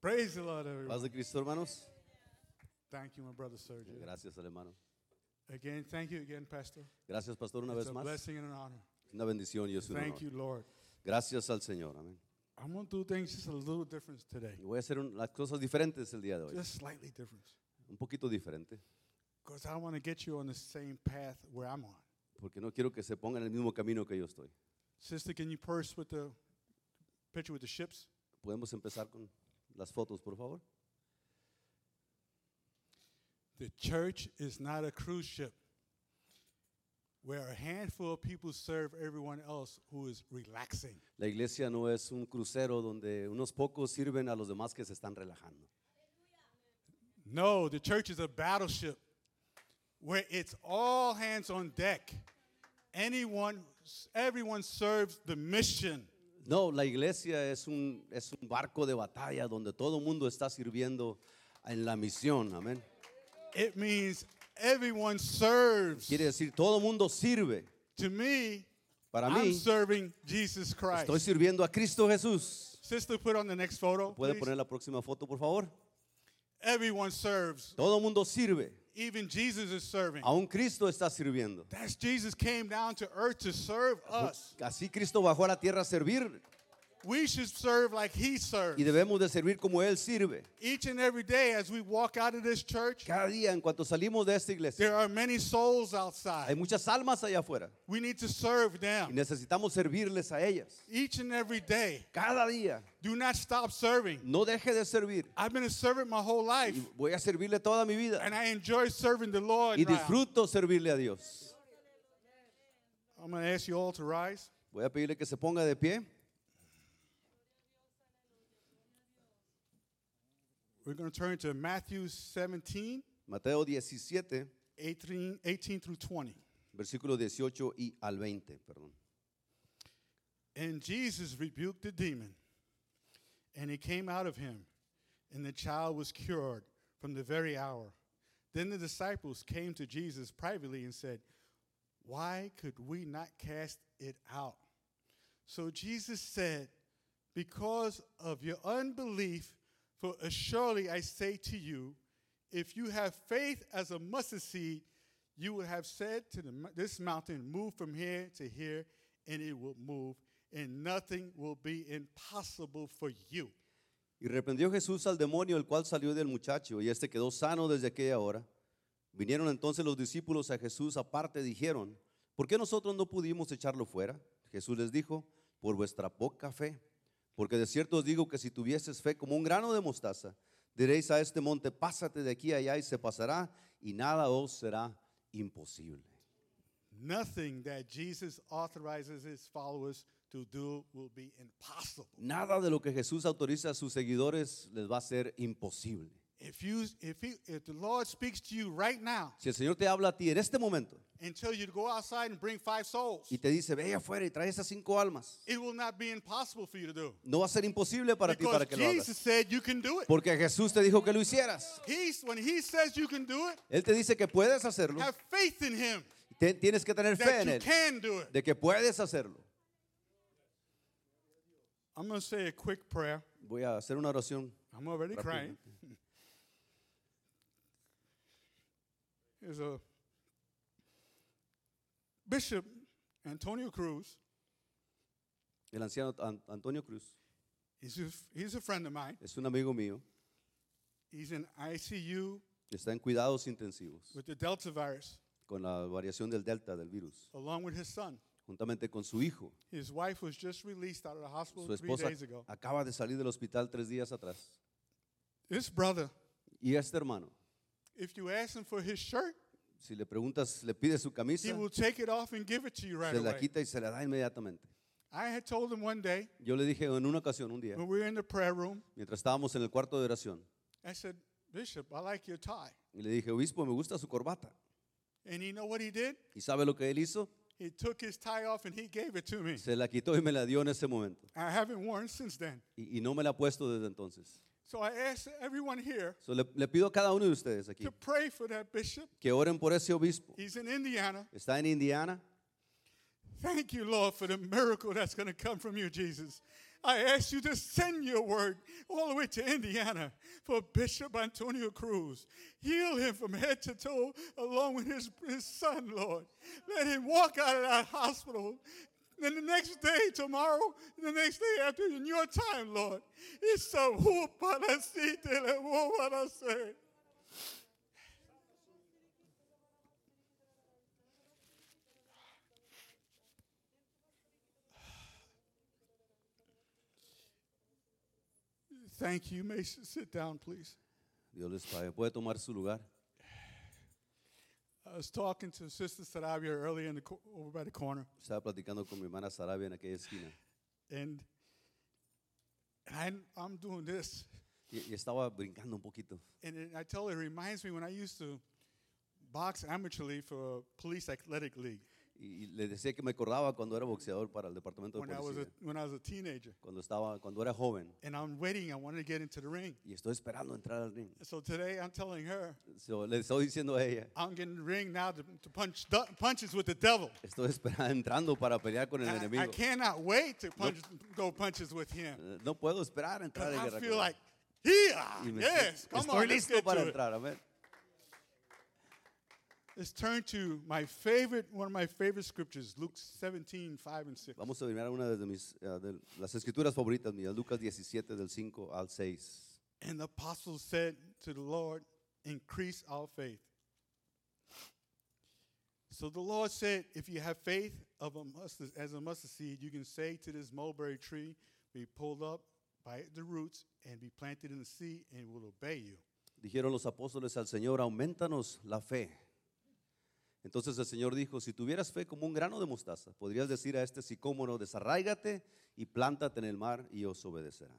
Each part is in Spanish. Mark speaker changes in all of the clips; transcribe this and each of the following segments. Speaker 1: Praise the Lord, everyone.
Speaker 2: Paz de Cristo, hermanos.
Speaker 1: Thank you, my brother Sergio.
Speaker 2: Gracias al hermano.
Speaker 1: Again, thank you again, Pastor.
Speaker 2: Gracias, pastor, una
Speaker 1: It's
Speaker 2: vez
Speaker 1: a
Speaker 2: más.
Speaker 1: blessing and an honor.
Speaker 2: Una bendición y es un
Speaker 1: Thank you,
Speaker 2: honor.
Speaker 1: Lord.
Speaker 2: Gracias al Señor. Amén.
Speaker 1: I'm going to do things just a little different today,
Speaker 2: Y voy a hacer un- las cosas diferentes el día de hoy.
Speaker 1: just slightly different,
Speaker 2: Un poquito diferente.
Speaker 1: because I want to get you on the same path where I'm on.
Speaker 2: Porque no quiero que se pongan en el mismo camino que yo estoy.
Speaker 1: Sister, can you purse with the picture with the ships?
Speaker 2: Podemos empezar con las fotos, por favor.
Speaker 1: The church is not a cruise ship where a handful of people serve everyone else who is relaxing.
Speaker 2: La iglesia no es un crucero donde unos pocos sirven a los demás que se están relajando.
Speaker 1: No, the church is a battleship where it's all hands on deck. Anyone, everyone serves the mission.
Speaker 2: No, la iglesia es un, es un barco de batalla donde todo el mundo está sirviendo en la misión. Amén.
Speaker 1: It means everyone serves.
Speaker 2: Quiere decir, todo el mundo sirve.
Speaker 1: To me,
Speaker 2: Para
Speaker 1: I'm
Speaker 2: mí,
Speaker 1: serving Jesus Christ.
Speaker 2: estoy sirviendo a Cristo Jesús.
Speaker 1: Sister, put on the next photo.
Speaker 2: ¿Puede
Speaker 1: please.
Speaker 2: poner la próxima foto, por favor?
Speaker 1: Everyone serves.
Speaker 2: Todo mundo sirve.
Speaker 1: Even Jesus is serving.
Speaker 2: Aún Cristo está sirviendo.
Speaker 1: That's Jesus came down to earth to serve us.
Speaker 2: Así Cristo bajó a la tierra a servir
Speaker 1: We should serve like he
Speaker 2: y
Speaker 1: served.
Speaker 2: debemos de servir como Él sirve.
Speaker 1: Each and every day as we walk out of this church,
Speaker 2: Cada día, en cuanto salimos de esta iglesia,
Speaker 1: there are many souls
Speaker 2: hay
Speaker 1: outside.
Speaker 2: muchas almas allá afuera
Speaker 1: We need to serve
Speaker 2: y
Speaker 1: them
Speaker 2: necesitamos servirles a ellas.
Speaker 1: each and every day.
Speaker 2: Cada día,
Speaker 1: Do not stop serving.
Speaker 2: no deje de servir.
Speaker 1: I've been a servant my whole life
Speaker 2: Y voy a servirle toda mi vida
Speaker 1: and I enjoy serving the Lord.
Speaker 2: y
Speaker 1: now.
Speaker 2: disfruto servirle a Dios.
Speaker 1: I'm going to ask you all to rise.
Speaker 2: Voy a pedirle que se ponga de pie.
Speaker 1: We're going to turn to Matthew 17,
Speaker 2: Mateo 17,
Speaker 1: 18, 18 through 20.
Speaker 2: versículos 18 y al 20, perdón.
Speaker 1: And Jesus rebuked the demon, and he came out of him, and the child was cured from the very hour. Then the disciples came to Jesus privately and said, Why could we not cast it out? So Jesus said, Because of your unbelief, for surely I say to you, if you have faith as a mustard seed, you would have said to the, this mountain, Move from here to here, and it will move, and nothing will be impossible for you.
Speaker 2: Y reprendió Jesús al demonio, el cual salió del muchacho, y éste quedó sano desde aquella hora. Vinieron entonces los discípulos a Jesús aparte, y dijeron, ¿por qué nosotros no pudimos echarlo fuera? Jesús les dijo, por vuestra poca fe. Porque de cierto os digo que si tuvieses fe como un grano de mostaza, diréis a este monte, pásate de aquí a allá y se pasará, y nada os será imposible.
Speaker 1: Nothing that Jesus authorizes his followers to do will be impossible.
Speaker 2: Nada de lo que Jesús autoriza a sus seguidores les va a ser imposible.
Speaker 1: If you if he, if the Lord speaks to you right now
Speaker 2: Si el Señor te habla a ti en este momento
Speaker 1: and tell you to go outside and bring five souls,
Speaker 2: y te dice, ve afuera y trae esas cinco almas,
Speaker 1: it will not be impossible for you to do.
Speaker 2: No va a ser imposible para ti
Speaker 1: because
Speaker 2: para que lo
Speaker 1: Jesus
Speaker 2: hagas.
Speaker 1: said you can do it.
Speaker 2: Porque Jesús te dijo que lo hicieras.
Speaker 1: He's when he says you can do it,
Speaker 2: Él te dice que puedes hacerlo.
Speaker 1: have faith in him
Speaker 2: Te- tienes que tener fe
Speaker 1: that
Speaker 2: en
Speaker 1: you
Speaker 2: Él.
Speaker 1: can do it.
Speaker 2: De que puedes hacerlo.
Speaker 1: I'm going to say a quick prayer.
Speaker 2: Voy a hacer una oración.
Speaker 1: I'm already
Speaker 2: Rápido.
Speaker 1: crying. There's a Bishop Antonio Cruz.
Speaker 2: El anciano An- Antonio Cruz
Speaker 1: He's a, he's a friend of mine.
Speaker 2: es un amigo mío.
Speaker 1: He's in ICU
Speaker 2: Está en cuidados intensivos
Speaker 1: with the Delta virus,
Speaker 2: con la variación del delta del virus,
Speaker 1: along with his son.
Speaker 2: juntamente con su hijo.
Speaker 1: His wife was just released out of the hospital
Speaker 2: Su
Speaker 1: three
Speaker 2: esposa
Speaker 1: days ago.
Speaker 2: acaba de salir del hospital tres días atrás.
Speaker 1: This brother,
Speaker 2: Y este hermano,
Speaker 1: if you ask him for his shirt,
Speaker 2: si le preguntas, le pide su camisa,
Speaker 1: he will take it off and give it to you right
Speaker 2: se la
Speaker 1: away.
Speaker 2: quita y se la da inmediatamente.
Speaker 1: I had told him one day
Speaker 2: Yo le dije en una ocasión, un día,
Speaker 1: when we were in the prayer room,
Speaker 2: mientras estábamos en el cuarto de oración,
Speaker 1: I said, Bishop, I like your tie.
Speaker 2: Y le dije, obispo, me gusta su corbata.
Speaker 1: And you know what he did?
Speaker 2: ¿Y sabe lo que él hizo?
Speaker 1: He took his tie off and he gave it to me.
Speaker 2: Se la quitó y me la dio en ese momento.
Speaker 1: I haven't worn since then.
Speaker 2: Y, y no me la ha puesto desde entonces.
Speaker 1: So I asked everyone here
Speaker 2: So, le, le pido a cada uno de ustedes aquí
Speaker 1: to pray for that bishop.
Speaker 2: que oren por ese obispo.
Speaker 1: He's in Indiana.
Speaker 2: Está en Indiana.
Speaker 1: Thank you, Lord, for the miracle that's going to come from you, Jesus. I ask you to send your word all the way to Indiana for Bishop Antonio Cruz. Heal him from head to toe, along with his, his son, Lord. Let him walk out of that hospital. Then the next day, tomorrow, the next day after, in your time, Lord. It's so who para sí te la voy a hacer. Thank you. May s- sit down, please.
Speaker 2: Dios les pague. Puede tomar su lugar.
Speaker 1: I was talking to Sister Sarabia earlier in the co- over by the corner,
Speaker 2: Estaba platicando con mi hermana Sarabia en aquella esquina.
Speaker 1: and and I'm, I'm doing this,
Speaker 2: Y, y estaba brincando un poquito.
Speaker 1: and it, I tell her it reminds me when I used to box amateurly for a police athletic league
Speaker 2: Y, y le decía que me acordaba cuando era boxeador para el departamento de
Speaker 1: when I was a,
Speaker 2: policía.
Speaker 1: when I was a teenager,
Speaker 2: Cuando, estaba, cuando era joven.
Speaker 1: and I'm waiting. I wanted to get into the ring,
Speaker 2: Y estoy esperando entrar al ring.
Speaker 1: so today I'm telling her
Speaker 2: So, le estoy diciendo a ella.
Speaker 1: I'm getting in the ring now to, to punch du- punches with the devil.
Speaker 2: Estoy esperando, entrando para pelear con el
Speaker 1: And I, I
Speaker 2: enemigo.
Speaker 1: cannot wait to punch, go punches with him.
Speaker 2: Eh, No puedo esperar a entrar en
Speaker 1: I
Speaker 2: guerra
Speaker 1: feel
Speaker 2: con
Speaker 1: like,
Speaker 2: él.
Speaker 1: yeah,
Speaker 2: Y me-
Speaker 1: yes, come
Speaker 2: estoy
Speaker 1: on, let's
Speaker 2: listo
Speaker 1: get
Speaker 2: para
Speaker 1: to it.
Speaker 2: entrar. Amén.
Speaker 1: Let's turn to my favorite, one of my favorite scriptures, Luke 17, 5 and 6.
Speaker 2: Vamos a mirar una de, mis, eh, de las escrituras favoritas mías, Lucas 17, del 5 al 6.
Speaker 1: And the apostles said to the Lord, Increase our faith. So the Lord said, If you have faith of a mustard, as a mustard seed, you can say to this mulberry tree, Be pulled up by the roots and be planted in the sea, and it will obey you.
Speaker 2: Dijeron los apóstoles al Señor, aumentanos la fe. Entonces el Señor dijo, si tuvieras fe como un grano de mostaza, podrías decir a este sicómoro, desarráigate y plántate en el mar y os obedecerá.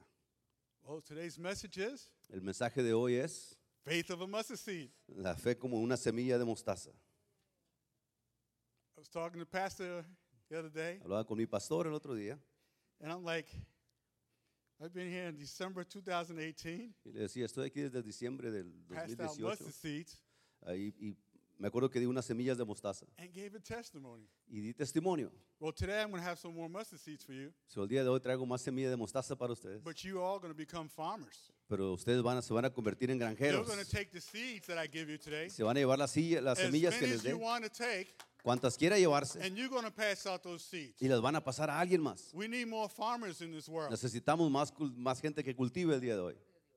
Speaker 1: Well, today's message is
Speaker 2: El mensaje de hoy es
Speaker 1: faith of a mustard seed.
Speaker 2: la fe como una semilla de mostaza.
Speaker 1: I was talking to Pastor the other day,
Speaker 2: Hablaba con mi pastor el otro día
Speaker 1: and I'm like, I've been here in December 2018,
Speaker 2: y le decía, estoy aquí desde diciembre del
Speaker 1: passed out
Speaker 2: 2018
Speaker 1: mustard seeds,
Speaker 2: ahí, y me acuerdo que di unas semillas de mostaza
Speaker 1: and gave a testimony.
Speaker 2: y di testimonio.
Speaker 1: Well, today I'm going to have some more mustard seeds for you,
Speaker 2: So, el día de hoy traigo más semilla de mostaza para ustedes,
Speaker 1: but you all going to become farmers.
Speaker 2: pero ustedes van a, se van a convertir en
Speaker 1: You're
Speaker 2: granjeros.
Speaker 1: going to take the seeds that I give you today,
Speaker 2: Se van a llevar las, silla- las
Speaker 1: as
Speaker 2: semillas que
Speaker 1: many
Speaker 2: les
Speaker 1: as you
Speaker 2: dé,
Speaker 1: want to take,
Speaker 2: cuantas quiera llevarse,
Speaker 1: and you're going to pass out those seeds.
Speaker 2: y las van a pasar a alguien más.
Speaker 1: We need more farmers in this world.
Speaker 2: Necesitamos más, cul- más gente que cultive el día de hoy.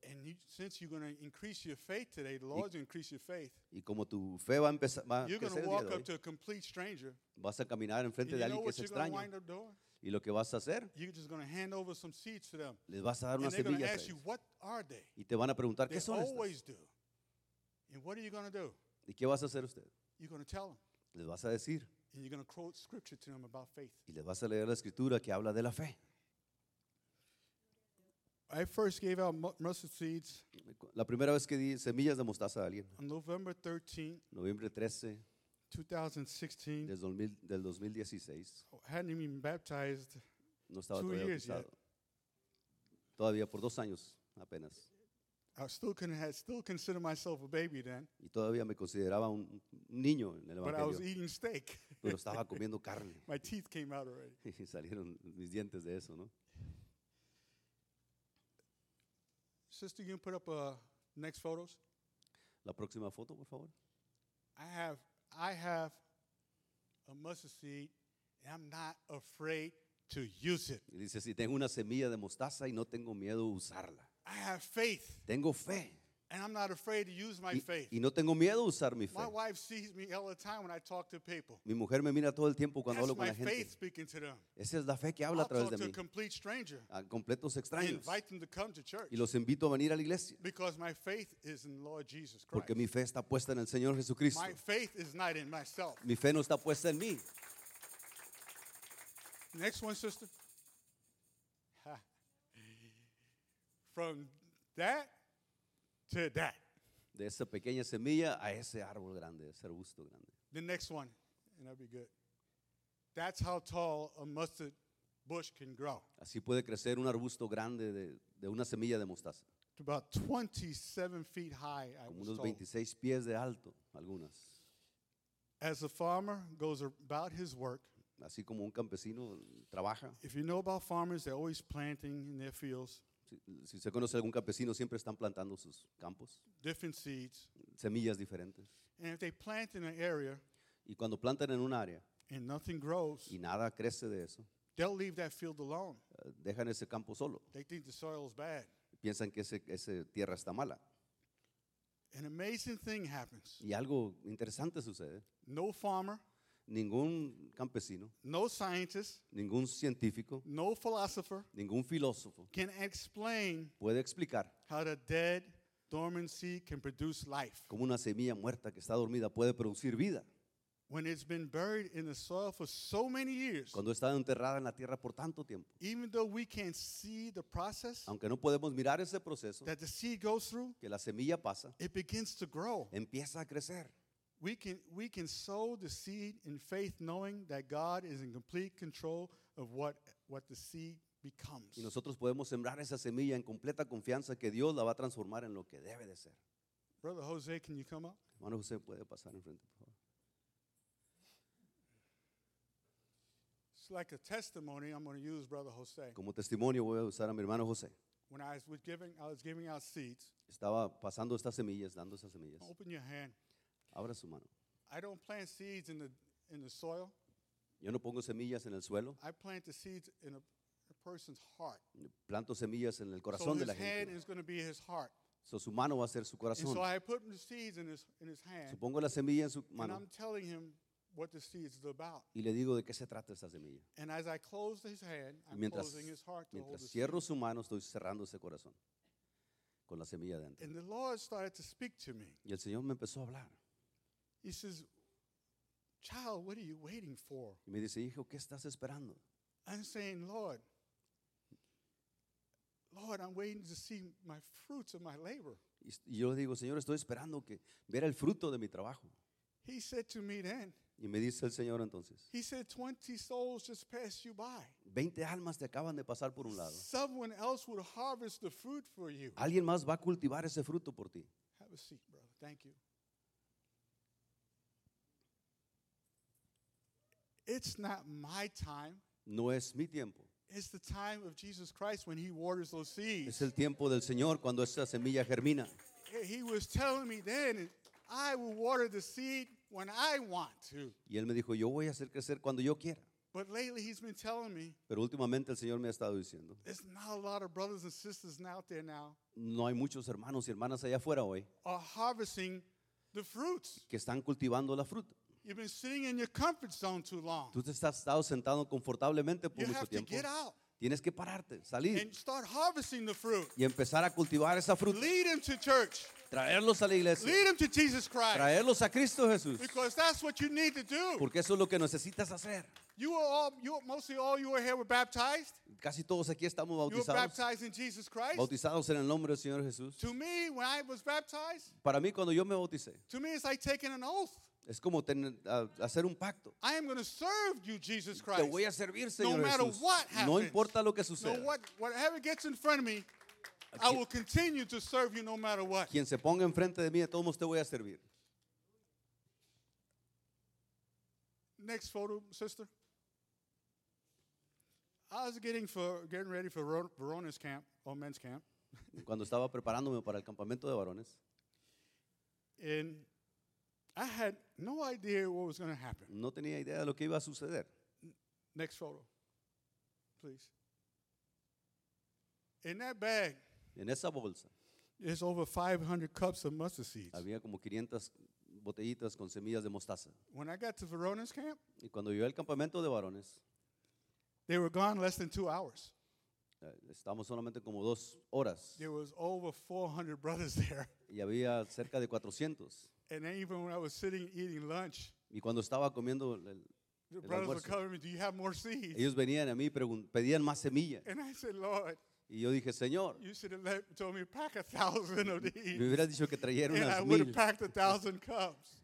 Speaker 1: And you, since you're going to increase your faith today, the Lord's going to increase your faith.
Speaker 2: Y como tu fe va a empezar, va a
Speaker 1: You're going
Speaker 2: crecer
Speaker 1: to
Speaker 2: el día
Speaker 1: walk
Speaker 2: de hoy,
Speaker 1: up to a complete stranger.
Speaker 2: vas a caminar
Speaker 1: And
Speaker 2: enfrente
Speaker 1: you
Speaker 2: eh? de
Speaker 1: know
Speaker 2: alguien que
Speaker 1: what
Speaker 2: es
Speaker 1: you're going to
Speaker 2: extraño.
Speaker 1: wind up doing?
Speaker 2: Y lo que vas a hacer,
Speaker 1: You're just going to hand over some seeds to them.
Speaker 2: les vas a dar
Speaker 1: And
Speaker 2: unas
Speaker 1: they're going to
Speaker 2: semillas a
Speaker 1: ask you,
Speaker 2: ellos.
Speaker 1: what are they?
Speaker 2: y te van a preguntar,
Speaker 1: They
Speaker 2: ¿qué son estas?
Speaker 1: always do. And what are you going to do?
Speaker 2: ¿Y qué vas a hacer usted?
Speaker 1: You're going to tell them.
Speaker 2: Les vas a decir,
Speaker 1: And you're going to quote scripture to them about faith.
Speaker 2: y les vas a leer la escritura que habla de la fe.
Speaker 1: I first gave out mu- mustard seeds
Speaker 2: La primera vez que di semillas de mostaza a alguien,
Speaker 1: on November 13,
Speaker 2: noviembre 13
Speaker 1: 2016.
Speaker 2: del 2000 del 2016,
Speaker 1: I hadn't even been baptized.
Speaker 2: no estaba
Speaker 1: Two
Speaker 2: todavía
Speaker 1: years yet.
Speaker 2: bautizado. Todavía por dos años apenas.
Speaker 1: I still couldn't had still consider myself a baby then,
Speaker 2: Y todavía me consideraba un un niño en el
Speaker 1: but I was
Speaker 2: Evangelio,
Speaker 1: eating steak.
Speaker 2: pero estaba comiendo carne.
Speaker 1: My teeth came out already.
Speaker 2: Y salieron mis dientes de eso, ¿no?
Speaker 1: Sister, you can put up uh, next photos.
Speaker 2: La próxima foto, por favor.
Speaker 1: I have I have a mustard seed, and I'm not afraid to use it.
Speaker 2: Y dice, si tengo una semilla de mostaza y no tengo miedo a usarla.
Speaker 1: I have faith,
Speaker 2: Tengo fe.
Speaker 1: and I'm not afraid to use my
Speaker 2: Y,
Speaker 1: faith.
Speaker 2: y no tengo miedo a usar mi fe.
Speaker 1: My wife sees me all the time when I talk to people.
Speaker 2: Mi mujer me mira todo el tiempo cuando
Speaker 1: That's
Speaker 2: hablo con
Speaker 1: my
Speaker 2: la gente.
Speaker 1: faith speaking to them.
Speaker 2: Esa es la fe que habla
Speaker 1: I'll
Speaker 2: a través
Speaker 1: talk
Speaker 2: de
Speaker 1: to a
Speaker 2: mí.
Speaker 1: complete stranger.
Speaker 2: A completos
Speaker 1: and
Speaker 2: extraños.
Speaker 1: Invite them to come to church
Speaker 2: Y los invito a venir a la iglesia.
Speaker 1: because my faith is in Lord Jesus Christ.
Speaker 2: Porque mi fe está puesta en el Señor Jesucristo.
Speaker 1: My faith is not in myself.
Speaker 2: Mi fe no está puesta en mí.
Speaker 1: Next one, sister. Ha. From that to that.
Speaker 2: De esa pequeña semilla a ese árbol grande, ese arbusto grande.
Speaker 1: The next one, and I'll be good. That's how tall a mustard bush can grow.
Speaker 2: Así puede crecer un arbusto grande de, de una semilla de mostaza.
Speaker 1: To about 27 feet high, I
Speaker 2: Como
Speaker 1: was
Speaker 2: unos
Speaker 1: told.
Speaker 2: 26 pies de alto, algunas.
Speaker 1: As a farmer goes about his work,
Speaker 2: así como un campesino trabaja.
Speaker 1: If you know about farmers, they're always planting in their fields
Speaker 2: Si, si se conoce algún campesino, siempre están plantando sus campos,
Speaker 1: different seeds.
Speaker 2: semillas diferentes.
Speaker 1: And if they plant in an area
Speaker 2: Y cuando plantan en un área
Speaker 1: and nothing grows,
Speaker 2: y nada crece de eso,
Speaker 1: they'll leave that field alone.
Speaker 2: eh, dejan ese campo solo.
Speaker 1: They think the soil's bad.
Speaker 2: Piensan que ese, ese tierra está mala.
Speaker 1: An amazing thing happens.
Speaker 2: Y algo interesante sucede.
Speaker 1: No farmer,
Speaker 2: Ningún campesino,
Speaker 1: no scientist,
Speaker 2: ningún científico,
Speaker 1: no philosopher
Speaker 2: ningún filósofo
Speaker 1: can explain
Speaker 2: puede explicar
Speaker 1: how the dead, dormant seed can produce life.
Speaker 2: cómo una semilla muerta que está dormida puede producir vida
Speaker 1: When it's been buried in the soil for so many years,
Speaker 2: cuando está enterrada en la tierra por tanto tiempo.
Speaker 1: even though we can't see the process
Speaker 2: Aunque no podemos mirar ese proceso
Speaker 1: that the seed goes through,
Speaker 2: que la semilla pasa,
Speaker 1: it begins to grow.
Speaker 2: empieza a crecer.
Speaker 1: We can, we can sow the seed in faith knowing that God is in complete control of what, what the seed
Speaker 2: Y
Speaker 1: becomes.
Speaker 2: nosotros podemos sembrar esa semilla en completa confianza que Dios la va a transformar en lo que debe de ser.
Speaker 1: Brother Jose, can you come up?
Speaker 2: Hermano José, puede pasar enfrente, por favor.
Speaker 1: It's like a testimony I'm going to use Brother Jose.
Speaker 2: Como testimonio voy a usar a mi hermano José.
Speaker 1: When I was giving, I was giving out seeds.
Speaker 2: Estaba pasando estas semillas, dando esas semillas.
Speaker 1: Open your hand.
Speaker 2: Abra su mano.
Speaker 1: I don't plant seeds in the, in the soil.
Speaker 2: Yo no pongo semillas en el suelo,
Speaker 1: I plant the seeds in a, a person's heart.
Speaker 2: planto semillas en el
Speaker 1: So
Speaker 2: corazón de
Speaker 1: his
Speaker 2: la
Speaker 1: hand
Speaker 2: gente.
Speaker 1: is going to be his heart.
Speaker 2: So, su mano va a ser su
Speaker 1: And
Speaker 2: corazón.
Speaker 1: so I put the seeds in his, in his hand.
Speaker 2: Supongo la semilla en su
Speaker 1: And
Speaker 2: mano
Speaker 1: I'm telling him what the seeds is about.
Speaker 2: y le digo de qué se trata esta semilla.
Speaker 1: And as I close his hand,
Speaker 2: Y
Speaker 1: I'm
Speaker 2: mientras,
Speaker 1: closing his heart to hold
Speaker 2: mientras
Speaker 1: the
Speaker 2: cierro su mano, estoy cerrando ese corazón con la semilla
Speaker 1: seed.
Speaker 2: dentro.
Speaker 1: And the Lord started to speak to me.
Speaker 2: Y el Señor me empezó a hablar
Speaker 1: He says, Child, what are you waiting for?
Speaker 2: y me dice, hijo, ¿qué estás esperando?
Speaker 1: I'm saying, Lord, Lord, I'm waiting to see my fruits of my labor.
Speaker 2: Y s- Y yo le digo, Señor, estoy esperando que ver el fruto de mi trabajo.
Speaker 1: He said to me then,
Speaker 2: Y me dice el Señor entonces,
Speaker 1: He said, 20 souls just passed you by.
Speaker 2: 20 almas te acaban de pasar por un lado.
Speaker 1: Someone else would harvest the fruit for you.
Speaker 2: Alguien más va a cultivar ese fruto por ti.
Speaker 1: Have a seat, brother. Thank you. It's not my time.
Speaker 2: No es mi tiempo.
Speaker 1: It's the time of Jesus Christ when he waters those seeds.
Speaker 2: Es el tiempo del Señor cuando esa semilla germina.
Speaker 1: He was telling me then, I will water the seed when I want to.
Speaker 2: Y él me dijo, yo voy a hacer crecer cuando yo quiera.
Speaker 1: But lately he's been telling me
Speaker 2: Pero últimamente el Señor me ha estado diciendo,
Speaker 1: there's not a lot of brothers and sisters out there now
Speaker 2: no hay muchos hermanos y hermanas allá afuera hoy
Speaker 1: are harvesting the fruits.
Speaker 2: que están cultivando la fruta.
Speaker 1: You've been sitting in your comfort zone too long.
Speaker 2: Tú te estás estado sentado confortablemente por
Speaker 1: You
Speaker 2: mucho
Speaker 1: have to
Speaker 2: tiempo.
Speaker 1: get out
Speaker 2: Tienes que pararte, salir
Speaker 1: and start harvesting the fruit.
Speaker 2: y empezar a cultivar esa fruta,
Speaker 1: Lead them to church.
Speaker 2: traerlos a la iglesia,
Speaker 1: Lead them to Jesus Christ.
Speaker 2: traerlos a Cristo Jesús,
Speaker 1: Because that's what you need to do.
Speaker 2: porque eso es lo que necesitas hacer.
Speaker 1: You were all, you, mostly all you were here were baptized.
Speaker 2: Casi todos aquí estamos
Speaker 1: You were
Speaker 2: bautizados,
Speaker 1: baptized in Jesus Christ.
Speaker 2: bautizados en el nombre del Señor Jesús.
Speaker 1: To me, when I was baptized,
Speaker 2: Para mí, cuando yo me bauticé,
Speaker 1: to me it's like taking an oath.
Speaker 2: es como tener- a- hacer un pacto.
Speaker 1: I am going to serve you, Jesus
Speaker 2: Te
Speaker 1: Christ.
Speaker 2: voy a servir, Señor
Speaker 1: matter
Speaker 2: Jesús.
Speaker 1: what
Speaker 2: No
Speaker 1: happens.
Speaker 2: importa lo que
Speaker 1: No,
Speaker 2: suceda.
Speaker 1: what, whatever gets in front of me, I will continue to serve you no matter what.
Speaker 2: Quien se ponga enfrente de mí, de todos modos te voy a servir.
Speaker 1: Next photo, sister. I was getting for getting ready for Ver- Verona's camp or men's camp,
Speaker 2: Cuando estaba preparándome para el campamento de varones,
Speaker 1: and I had no idea what was going to happen.
Speaker 2: no tenía idea de lo que iba a suceder.
Speaker 1: Next photo, please. In that bag
Speaker 2: En esa bolsa
Speaker 1: is over 500 cups of mustard seeds.
Speaker 2: había como 500 botellitas con semillas de mostaza.
Speaker 1: When I got to Verona's camp,
Speaker 2: Y cuando llegué al campamento de varones,
Speaker 1: they were gone less than two hours.
Speaker 2: eh, estábamos solamente como dos horas
Speaker 1: There was over 400 brothers there.
Speaker 2: y había cerca de 400.
Speaker 1: And then even when I was sitting eating lunch,
Speaker 2: Y cuando estaba comiendo, el- el-
Speaker 1: the
Speaker 2: El
Speaker 1: brothers were
Speaker 2: almuerzo.
Speaker 1: coming, me, do you have more seeds?
Speaker 2: ellos venían a mí y pregun- pedían más semillas.
Speaker 1: And I said, Lord,
Speaker 2: Y yo dije, Señor,
Speaker 1: you should have let, told me to pack a thousand of
Speaker 2: me
Speaker 1: these.
Speaker 2: hubieras dicho que trajeran
Speaker 1: And I
Speaker 2: unas
Speaker 1: would have
Speaker 2: mil.
Speaker 1: packed a thousand cups.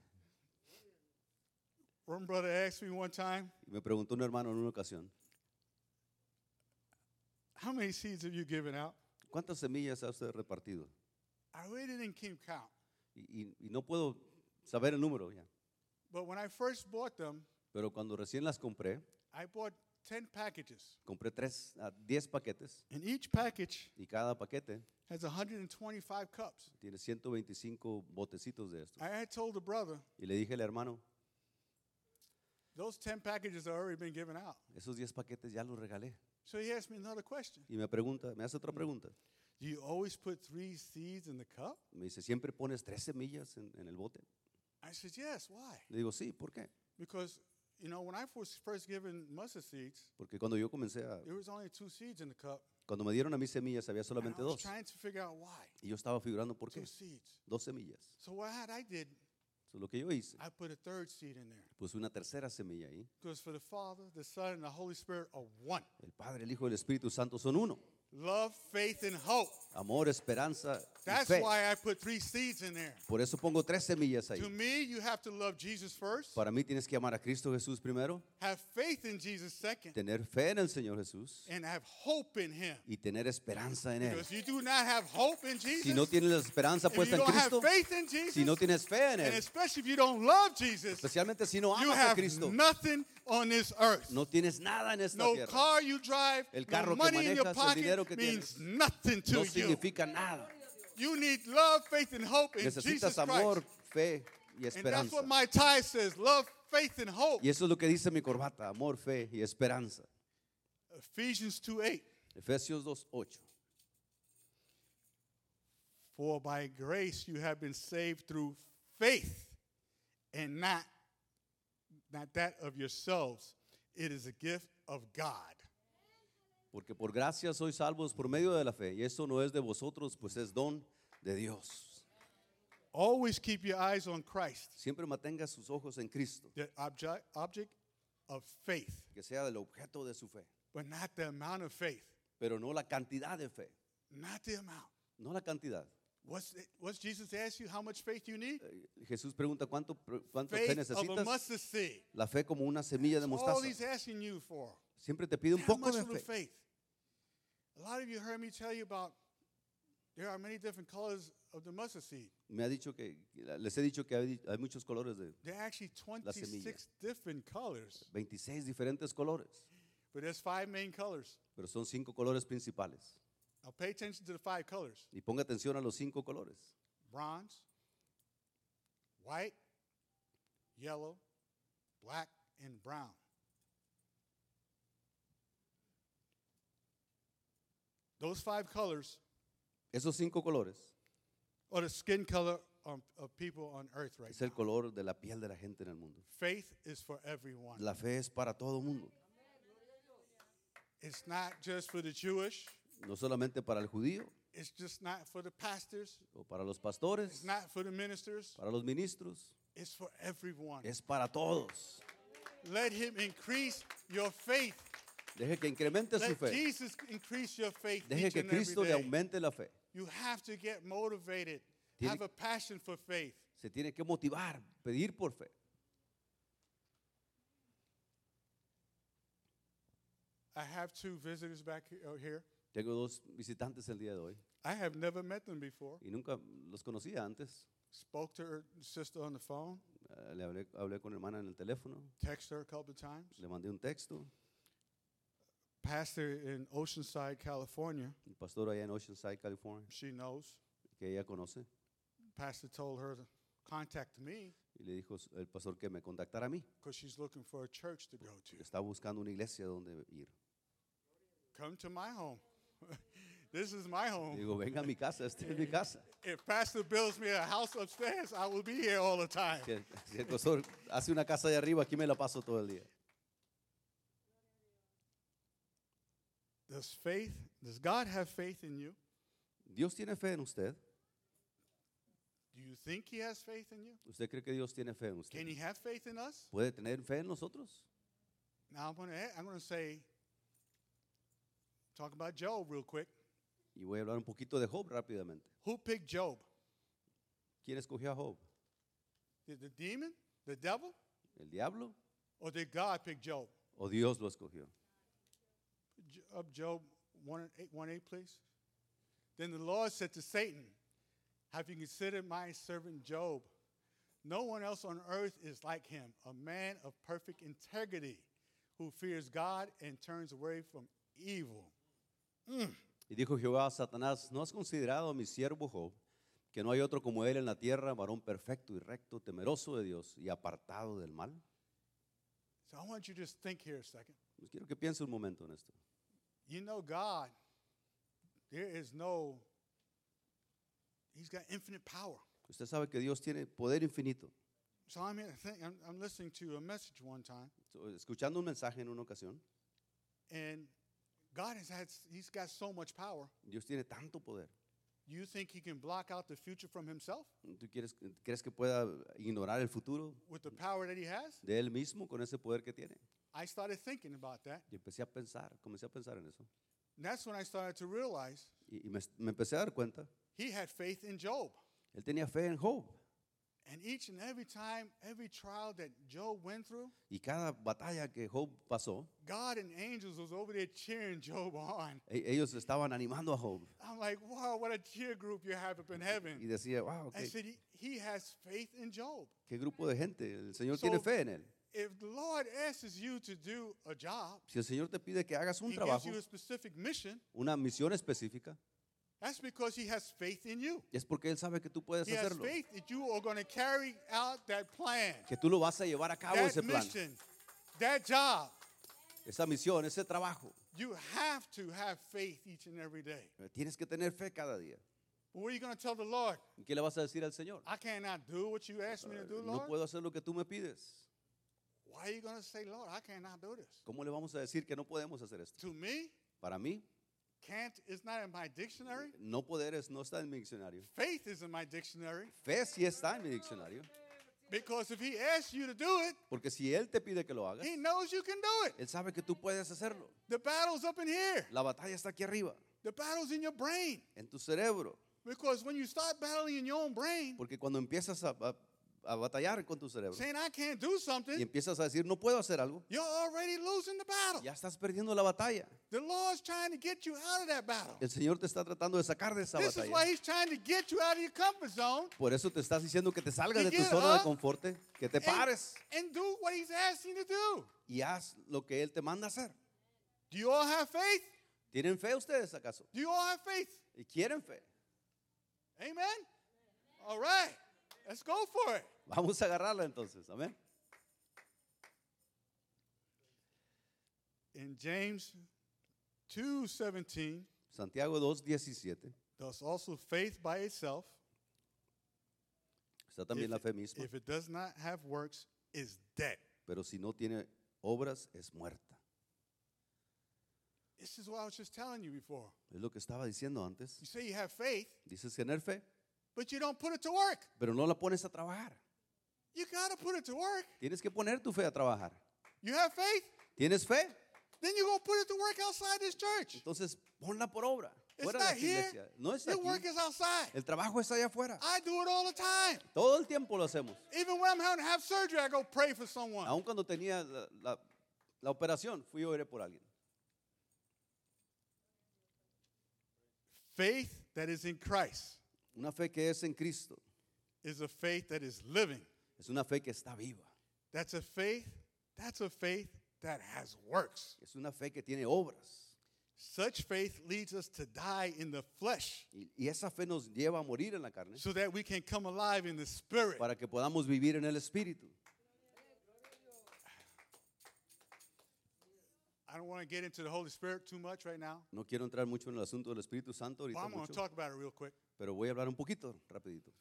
Speaker 1: One brother asked me one time,
Speaker 2: Y me preguntó un hermano en una ocasión,
Speaker 1: how many seeds have you given out?
Speaker 2: ¿cuántas semillas ha usted repartido?
Speaker 1: I really didn't keep count.
Speaker 2: Y, y- y no puedo saber el número ya.
Speaker 1: But when I first bought them,
Speaker 2: Pero cuando recién las compré,
Speaker 1: I bought 10 packages,
Speaker 2: Compré tres, ah, 10 paquetes
Speaker 1: and each package
Speaker 2: y cada paquete
Speaker 1: has 125 cups.
Speaker 2: tiene 125 botecitos de esto.
Speaker 1: I had told the brother,
Speaker 2: Y le dije al hermano,
Speaker 1: those 10 packages have already been given out.
Speaker 2: esos 10 paquetes ya los regalé.
Speaker 1: So he asked me another question
Speaker 2: Y me pregunta, me hace otra pregunta.
Speaker 1: Do you always put three seeds in the cup?
Speaker 2: Me dice, ¿siempre pones tres semillas en, en el bote?
Speaker 1: I said, yes. Why?
Speaker 2: Le digo, sí, ¿por qué?
Speaker 1: Because, you know, when I was first given mustard seeds,
Speaker 2: Porque cuando yo comencé a,
Speaker 1: there was only two seeds in the cup.
Speaker 2: cuando me dieron a mis semillas había
Speaker 1: and
Speaker 2: solamente
Speaker 1: I was
Speaker 2: dos.
Speaker 1: trying to figure out why.
Speaker 2: Y yo estaba figurando por qué.
Speaker 1: Two seeds.
Speaker 2: Dos semillas.
Speaker 1: So what I had- I did,
Speaker 2: Eso es lo que yo hice.
Speaker 1: I put a third seed in there.
Speaker 2: Puse una tercera semilla ahí.
Speaker 1: Because for the Father, the Son, and the Holy Spirit are one.
Speaker 2: El Padre, el Hijo y el Espíritu Santo son uno.
Speaker 1: Love, faith, and hope.
Speaker 2: Amor, esperanza y
Speaker 1: That's
Speaker 2: fe.
Speaker 1: why I put three seeds in there.
Speaker 2: Por eso pongo tres semillas
Speaker 1: To
Speaker 2: ahí.
Speaker 1: me, you have to love Jesus first,
Speaker 2: Para mí tienes que amar a Cristo Jesús primero,
Speaker 1: have faith in Jesus second,
Speaker 2: tener fe en el Señor Jesús
Speaker 1: and have hope in Him.
Speaker 2: y tener esperanza en Él.
Speaker 1: Because if you do not have hope in Jesus,
Speaker 2: Si no tienes la esperanza
Speaker 1: if
Speaker 2: puesta
Speaker 1: you
Speaker 2: en
Speaker 1: don't have
Speaker 2: Cristo,
Speaker 1: faith in Jesus,
Speaker 2: si no tienes fe en
Speaker 1: and
Speaker 2: Él,
Speaker 1: especially if you don't love Jesus,
Speaker 2: especialmente si no
Speaker 1: you
Speaker 2: amas a
Speaker 1: have
Speaker 2: Cristo,
Speaker 1: nothing on this earth.
Speaker 2: no tienes nada en esta
Speaker 1: No
Speaker 2: tierra.
Speaker 1: car you drive,
Speaker 2: El
Speaker 1: no
Speaker 2: carro que
Speaker 1: money in your
Speaker 2: manejas, el
Speaker 1: pocket
Speaker 2: dinero que
Speaker 1: means
Speaker 2: tienes,
Speaker 1: nothing to
Speaker 2: No
Speaker 1: you.
Speaker 2: significa nada.
Speaker 1: You need love, faith, and hope in Jesus
Speaker 2: Necesitas amor,
Speaker 1: Christ.
Speaker 2: fe y
Speaker 1: And that's
Speaker 2: esperanza.
Speaker 1: what my tie says: love, faith, and hope.
Speaker 2: Y eso es lo que dice mi corbata, amor, fe y esperanza.
Speaker 1: Ephesians 2 8.
Speaker 2: Efesios 2.8.
Speaker 1: For by grace you have been saved through faith, and not, not that of yourselves. It is a gift of God.
Speaker 2: Porque por gracia sois salvos por medio de la fe. Y eso no es de vosotros, pues es don de Dios.
Speaker 1: Always keep your eyes on Christ,
Speaker 2: Siempre mantenga sus ojos en Cristo,
Speaker 1: the object, object of faith,
Speaker 2: que sea el objeto de su fe.
Speaker 1: but not the amount of faith.
Speaker 2: Pero no la cantidad de fe.
Speaker 1: Not the amount.
Speaker 2: No la cantidad.
Speaker 1: What's, it, what's Jesus asked you? How much faith you need?
Speaker 2: Eh, Jesús pregunta, ¿cuánto, pr- cuánto fe
Speaker 1: Faith of a
Speaker 2: necesitas?
Speaker 1: mustard Oh, seed.
Speaker 2: La fe como una semilla de
Speaker 1: That's all
Speaker 2: mostaza.
Speaker 1: he's asking you for.
Speaker 2: Siempre te pide un
Speaker 1: How
Speaker 2: poco
Speaker 1: much
Speaker 2: de
Speaker 1: little
Speaker 2: fe.
Speaker 1: faith? A lot of you heard me tell you about there are many different colors of the mustard seed.
Speaker 2: Me ha dicho que, les he dicho que hay, hay muchos colores de
Speaker 1: There are actually 26 different colors,
Speaker 2: 26 diferentes colores,
Speaker 1: but there's five main colors.
Speaker 2: pero son cinco colores principales.
Speaker 1: Now pay attention to the five colors
Speaker 2: Y ponga atención a los cinco colores.
Speaker 1: bronze, white, yellow, black, and brown. Those five colors
Speaker 2: Esos cinco colores
Speaker 1: are the skin color on, of people on earth right
Speaker 2: es
Speaker 1: now.
Speaker 2: el color de la piel de la gente en el mundo.
Speaker 1: Faith is for everyone.
Speaker 2: La fe es para todo mundo,
Speaker 1: It's not just for the Jewish.
Speaker 2: no solamente para el judío
Speaker 1: It's just not for the pastors.
Speaker 2: o para los
Speaker 1: It's
Speaker 2: pastores,
Speaker 1: not for the ministers.
Speaker 2: para los ministros,
Speaker 1: It's for everyone.
Speaker 2: es para todos.
Speaker 1: Let him increase your faith.
Speaker 2: Deje que incremente su
Speaker 1: Let
Speaker 2: fe,
Speaker 1: Jesus increase your faith.
Speaker 2: deje
Speaker 1: each
Speaker 2: que
Speaker 1: and every
Speaker 2: Cristo le
Speaker 1: day.
Speaker 2: aumente la fe.
Speaker 1: You have to get motivated.
Speaker 2: Tiene-
Speaker 1: Have a passion for faith.
Speaker 2: Se tiene que motivar, pedir por fe.
Speaker 1: I have two visitors back he- oh, here.
Speaker 2: Tengo dos visitantes el día de hoy
Speaker 1: I have never met them before.
Speaker 2: y nunca los conocía antes.
Speaker 1: Spoke to her sister on the phone.
Speaker 2: Eh, Le hablé, hablé con mi hermana en el teléfono,
Speaker 1: Text her a couple of times.
Speaker 2: le mandé un texto.
Speaker 1: Pastor in Oceanside, California.
Speaker 2: un pastor allá en Oceanside, California,
Speaker 1: She knows.
Speaker 2: que ella conoce,
Speaker 1: Pastor told her to contact me
Speaker 2: y le dijo s- el pastor que me contactara a mí.
Speaker 1: because she's looking for a church to go to.
Speaker 2: Está buscando una iglesia donde ir.
Speaker 1: Come to my home. this is my
Speaker 2: Le
Speaker 1: home.
Speaker 2: digo, venga a mi casa, esta es mi casa.
Speaker 1: If Pastor builds me a house upstairs, I will be here all the time.
Speaker 2: Si el, si el pastor hace una casa de arriba, aquí me la paso todo el día.
Speaker 1: Does faith, does God have faith in you?
Speaker 2: Dios tiene fe en usted.
Speaker 1: Do you think He has faith in you?
Speaker 2: ¿Usted cree que Dios tiene fe en
Speaker 1: Can
Speaker 2: usted?
Speaker 1: He have faith in us?
Speaker 2: ¿Puede tener fe en nosotros?
Speaker 1: Now I'm going to I'm going to say, talk about Job real quick.
Speaker 2: Y voy a hablar un poquito de Job rápidamente.
Speaker 1: Who picked Job?
Speaker 2: ¿Quién escogió a Job?
Speaker 1: Did the demon, the devil,
Speaker 2: ¿El diablo
Speaker 1: or did God pick Job?
Speaker 2: o Dios lo escogió?
Speaker 1: J- Up Job 1 and 8, 1 8, please. Then the Lord said to Satan, Have you considered my servant Job? No one else on earth is like him, a man of perfect integrity, who who fears God and turns away from evil.
Speaker 2: Y dijo Jehová a Satanás, ¿no has considerado a mi siervo Job, que no hay otro como él en la tierra, varón perfecto y recto, temeroso de Dios y apartado del mal?
Speaker 1: So I want you to just think here a second.
Speaker 2: Pues quiero que piense un momento en esto.
Speaker 1: You know, God, there is no, He's got infinite power.
Speaker 2: Usted sabe que Dios tiene poder infinito.
Speaker 1: So I'm, here, think, I'm, I'm listening to a message one time,
Speaker 2: So, Escuchando un mensaje en una ocasión,
Speaker 1: and God has had, He's got so much power.
Speaker 2: Dios tiene tanto poder.
Speaker 1: You think He can block out the future from Himself
Speaker 2: ¿Tú quieres, crees que pueda ignorar el futuro
Speaker 1: with the power that He has?
Speaker 2: de él mismo con ese poder que tiene?
Speaker 1: I started thinking about that.
Speaker 2: Y empecé a pensar, comencé a pensar en eso.
Speaker 1: And that's when I started to realize
Speaker 2: Y, y me, me empecé a dar cuenta.
Speaker 1: He had faith in Job.
Speaker 2: Él tenía fe en Job.
Speaker 1: And each and every time, every trial that Job went through,
Speaker 2: Y cada batalla que Job pasó,
Speaker 1: God and angels was over there cheering Job on.
Speaker 2: e- ellos estaban animando a Job.
Speaker 1: I'm like, wow, what a cheer group you have up in
Speaker 2: Y
Speaker 1: heaven.
Speaker 2: decía, wow,
Speaker 1: I
Speaker 2: qué,
Speaker 1: said, "He- he has faith in Job.
Speaker 2: qué grupo de gente. El Señor
Speaker 1: So-
Speaker 2: tiene fe en él.
Speaker 1: If the Lord asks you to do a job,
Speaker 2: Si el Señor te pide que hagas un
Speaker 1: he gives
Speaker 2: trabajo,
Speaker 1: you a specific mission,
Speaker 2: una misión específica,
Speaker 1: that's because he has faith in you.
Speaker 2: es porque Él sabe que tú puedes
Speaker 1: He has
Speaker 2: hacerlo.
Speaker 1: faith that you are going to carry out that plan,
Speaker 2: Que tú lo vas a llevar a cabo ese
Speaker 1: that
Speaker 2: plan,
Speaker 1: mission, that job.
Speaker 2: esa misión, ese trabajo.
Speaker 1: You have to have faith each and every day.
Speaker 2: Pero Tienes que tener fe cada día.
Speaker 1: But what are you going to tell the Lord?
Speaker 2: ¿Y ¿Qué le vas a decir al Señor?
Speaker 1: I cannot do what you asked me to do,
Speaker 2: Uh, No
Speaker 1: Ah, Lord.
Speaker 2: puedo hacer lo que tú me pides.
Speaker 1: Why are you going to say, Lord, I cannot do this?
Speaker 2: ¿Cómo le vamos a decir que no podemos hacer esto?
Speaker 1: To me,
Speaker 2: Para mí,
Speaker 1: can't is not in my dictionary.
Speaker 2: no poder es- no está en mi diccionario.
Speaker 1: Faith is in my dictionary.
Speaker 2: Fe sí está en mi diccionario.
Speaker 1: Because if he asks you to do it,
Speaker 2: Porque si Él te pide que lo hagas,
Speaker 1: he knows you can do it.
Speaker 2: Él sabe que tú puedes hacerlo.
Speaker 1: The battle's up in here.
Speaker 2: La batalla está aquí arriba,
Speaker 1: The battle's in your brain.
Speaker 2: en tu cerebro.
Speaker 1: Because when you start battling in your own brain,
Speaker 2: Porque cuando empiezas a, a- a batallar con tu cerebro
Speaker 1: saying I can't do
Speaker 2: y
Speaker 1: something,
Speaker 2: empiezas a decir, no puedo hacer algo,
Speaker 1: you're already losing the battle.
Speaker 2: ya estás perdiendo la batalla.
Speaker 1: The Lord's trying to get you out of that battle.
Speaker 2: El Señor te está tratando de sacar de esa
Speaker 1: This is why
Speaker 2: batalla.
Speaker 1: he's trying to get you out of your comfort zone
Speaker 2: Por eso te estás diciendo que te salgas
Speaker 1: You
Speaker 2: de tu
Speaker 1: get
Speaker 2: zona de
Speaker 1: up
Speaker 2: confort, que te
Speaker 1: and,
Speaker 2: pares
Speaker 1: and do what he's asking you to do.
Speaker 2: y haz lo que Él te manda hacer.
Speaker 1: Do you all have faith?
Speaker 2: ¿Tienen fe ustedes acaso?
Speaker 1: Do you all have faith?
Speaker 2: ¿Y quieren fe?
Speaker 1: Amen? All right. Let's go for it.
Speaker 2: Vamos a agarrarla entonces, amén.
Speaker 1: In James 2:17,
Speaker 2: Santiago 2.17,
Speaker 1: thus also faith by itself,
Speaker 2: está también
Speaker 1: if,
Speaker 2: la fe
Speaker 1: it-
Speaker 2: misma,
Speaker 1: if it does not have works, is dead.
Speaker 2: pero si no tiene obras es muerta.
Speaker 1: This is what I was just telling you before.
Speaker 2: Es lo que estaba diciendo antes.
Speaker 1: You say you have faith,
Speaker 2: Dices tener fe,
Speaker 1: but you don't put it to work.
Speaker 2: pero no la pones a trabajar.
Speaker 1: You got to put it to work.
Speaker 2: Tienes que poner tu fe a trabajar.
Speaker 1: You have faith,
Speaker 2: ¿Tienes fe?
Speaker 1: then you go put it to work outside this church.
Speaker 2: Entonces ponla por obra.
Speaker 1: It's
Speaker 2: Fuera de
Speaker 1: not
Speaker 2: la
Speaker 1: here.
Speaker 2: iglesia. No es
Speaker 1: Your work
Speaker 2: aquí.
Speaker 1: is outside.
Speaker 2: El trabajo está allá afuera.
Speaker 1: I do it all the time.
Speaker 2: Todo el tiempo lo hacemos.
Speaker 1: Even when I'm having to have surgery, I go pray for someone.
Speaker 2: Aun cuando tenía la, la- la operación, fui a orar por alguien.
Speaker 1: Faith that is in Christ
Speaker 2: Una fe que es en Cristo.
Speaker 1: is a faith that is living.
Speaker 2: Es una fe que está viva.
Speaker 1: That's a faith, that's a faith that has works.
Speaker 2: Es una fe que tiene obras.
Speaker 1: Such faith leads us to die in the flesh
Speaker 2: Y, y esa fe nos lleva a morir en la carne
Speaker 1: so that we can come alive in the spirit.
Speaker 2: para que podamos vivir en el Espíritu.
Speaker 1: I don't want to get into the Holy Spirit too much right now,
Speaker 2: No quiero entrar mucho en el asunto del Espíritu Santo
Speaker 1: but
Speaker 2: ahorita,
Speaker 1: I'm going to
Speaker 2: mucho,
Speaker 1: talk about it real quick.
Speaker 2: pero voy a hablar un poquito, rapidito.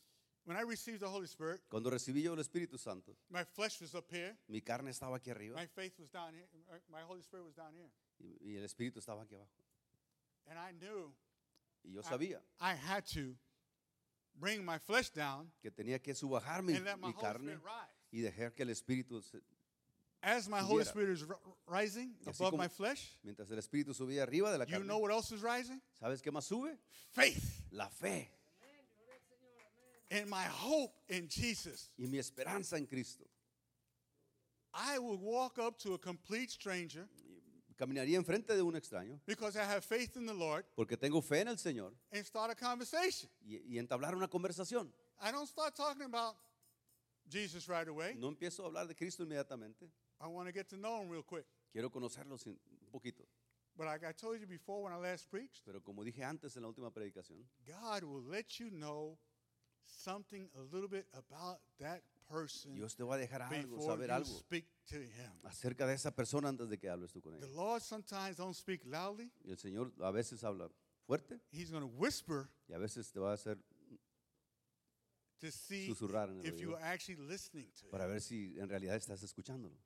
Speaker 1: When I received the Holy Spirit,
Speaker 2: Cuando recibí yo el Espíritu Santo,
Speaker 1: my flesh was up here,
Speaker 2: mi carne estaba aquí arriba
Speaker 1: my faith was down here, Uh, my Holy Spirit was down here.
Speaker 2: y, y el Espíritu estaba aquí abajo.
Speaker 1: And I knew
Speaker 2: Y yo
Speaker 1: I-
Speaker 2: sabía
Speaker 1: I had to bring my flesh down
Speaker 2: que tenía que subajar mi,
Speaker 1: and let my
Speaker 2: mi
Speaker 1: Holy
Speaker 2: carne
Speaker 1: Spirit rise.
Speaker 2: y dejar que el Espíritu, se-
Speaker 1: As my Holy
Speaker 2: Subiera.
Speaker 1: Spirit is ri- rising
Speaker 2: Y así
Speaker 1: above
Speaker 2: como-
Speaker 1: my flesh,
Speaker 2: mientras el Espíritu subía arriba de la
Speaker 1: you
Speaker 2: carne,
Speaker 1: know what else is rising?
Speaker 2: ¿sabes qué más sube?
Speaker 1: Faith
Speaker 2: La fe
Speaker 1: and my hope in Jesus.
Speaker 2: y mi esperanza en Cristo.
Speaker 1: I will walk up to a complete stranger
Speaker 2: Caminaría enfrente de un extraño
Speaker 1: because I have faith in the Lord
Speaker 2: porque tengo fe en el Señor
Speaker 1: and start a conversation.
Speaker 2: y- y entablar una conversación.
Speaker 1: I don't start talking about Jesus right away.
Speaker 2: No empiezo a hablar de Cristo inmediatamente.
Speaker 1: I want to get to know him real quick.
Speaker 2: Quiero conocerlos un poquito.
Speaker 1: But like I told you before when I last preached,
Speaker 2: Pero como dije antes en la última predicación,
Speaker 1: God will let you know something a little bit about that person
Speaker 2: Dios te va a dejar algo,
Speaker 1: before
Speaker 2: saber
Speaker 1: you
Speaker 2: algo
Speaker 1: speak to him.
Speaker 2: acerca de esa persona antes de que hables tú con
Speaker 1: The
Speaker 2: ella.
Speaker 1: Lord sometimes don't speak loudly.
Speaker 2: Y el Señor a veces habla fuerte
Speaker 1: He's going to whisper
Speaker 2: y a veces te va a hacer
Speaker 1: to see
Speaker 2: susurrar en el
Speaker 1: if you
Speaker 2: oído
Speaker 1: are actually listening to
Speaker 2: para
Speaker 1: him.
Speaker 2: ver si en realidad estás escuchándolo.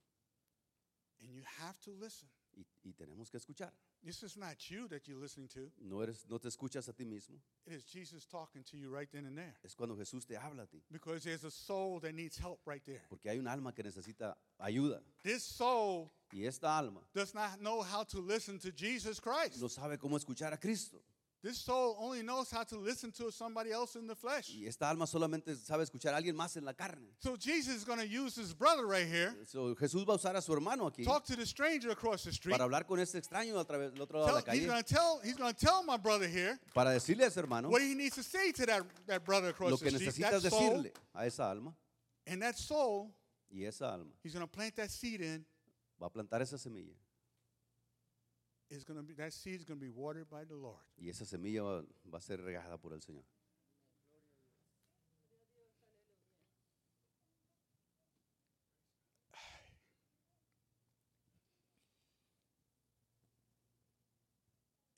Speaker 1: And you have to listen.
Speaker 2: Y, y tenemos que escuchar.
Speaker 1: This is not you that you're listening to.
Speaker 2: No, eres, no te escuchas a ti mismo.
Speaker 1: It is Jesus talking to you right then and there.
Speaker 2: Es cuando Jesús te habla a ti.
Speaker 1: Because there's a soul that needs help right there.
Speaker 2: Porque hay un alma que necesita ayuda.
Speaker 1: This soul
Speaker 2: Y esta alma
Speaker 1: does not know how to listen to Jesus Christ.
Speaker 2: no sabe cómo escuchar a Cristo.
Speaker 1: This soul only knows how to listen to somebody else in the flesh.
Speaker 2: Y esta alma solamente sabe escuchar a alguien más en la carne.
Speaker 1: So Jesus is going to use his brother right here,
Speaker 2: So, Jesús va a usar a su hermano aquí
Speaker 1: talk to the stranger across the street.
Speaker 2: para hablar con este extraño a través del otro lado de
Speaker 1: Tell,
Speaker 2: la
Speaker 1: he's going
Speaker 2: calle.
Speaker 1: to tell he's going to tell my brother here
Speaker 2: Para decirle a ese hermano
Speaker 1: what he needs to say to that, that brother
Speaker 2: lo
Speaker 1: across
Speaker 2: que
Speaker 1: the street. That
Speaker 2: necesitas
Speaker 1: soul,
Speaker 2: decirle a esa alma.
Speaker 1: and that soul,
Speaker 2: Y esa alma
Speaker 1: he's going to plant that seed in.
Speaker 2: va a plantar esa semilla.
Speaker 1: Is going to be that seed is going to be watered by the Lord.
Speaker 2: Y esa semilla va, va a ser regada por el Señor.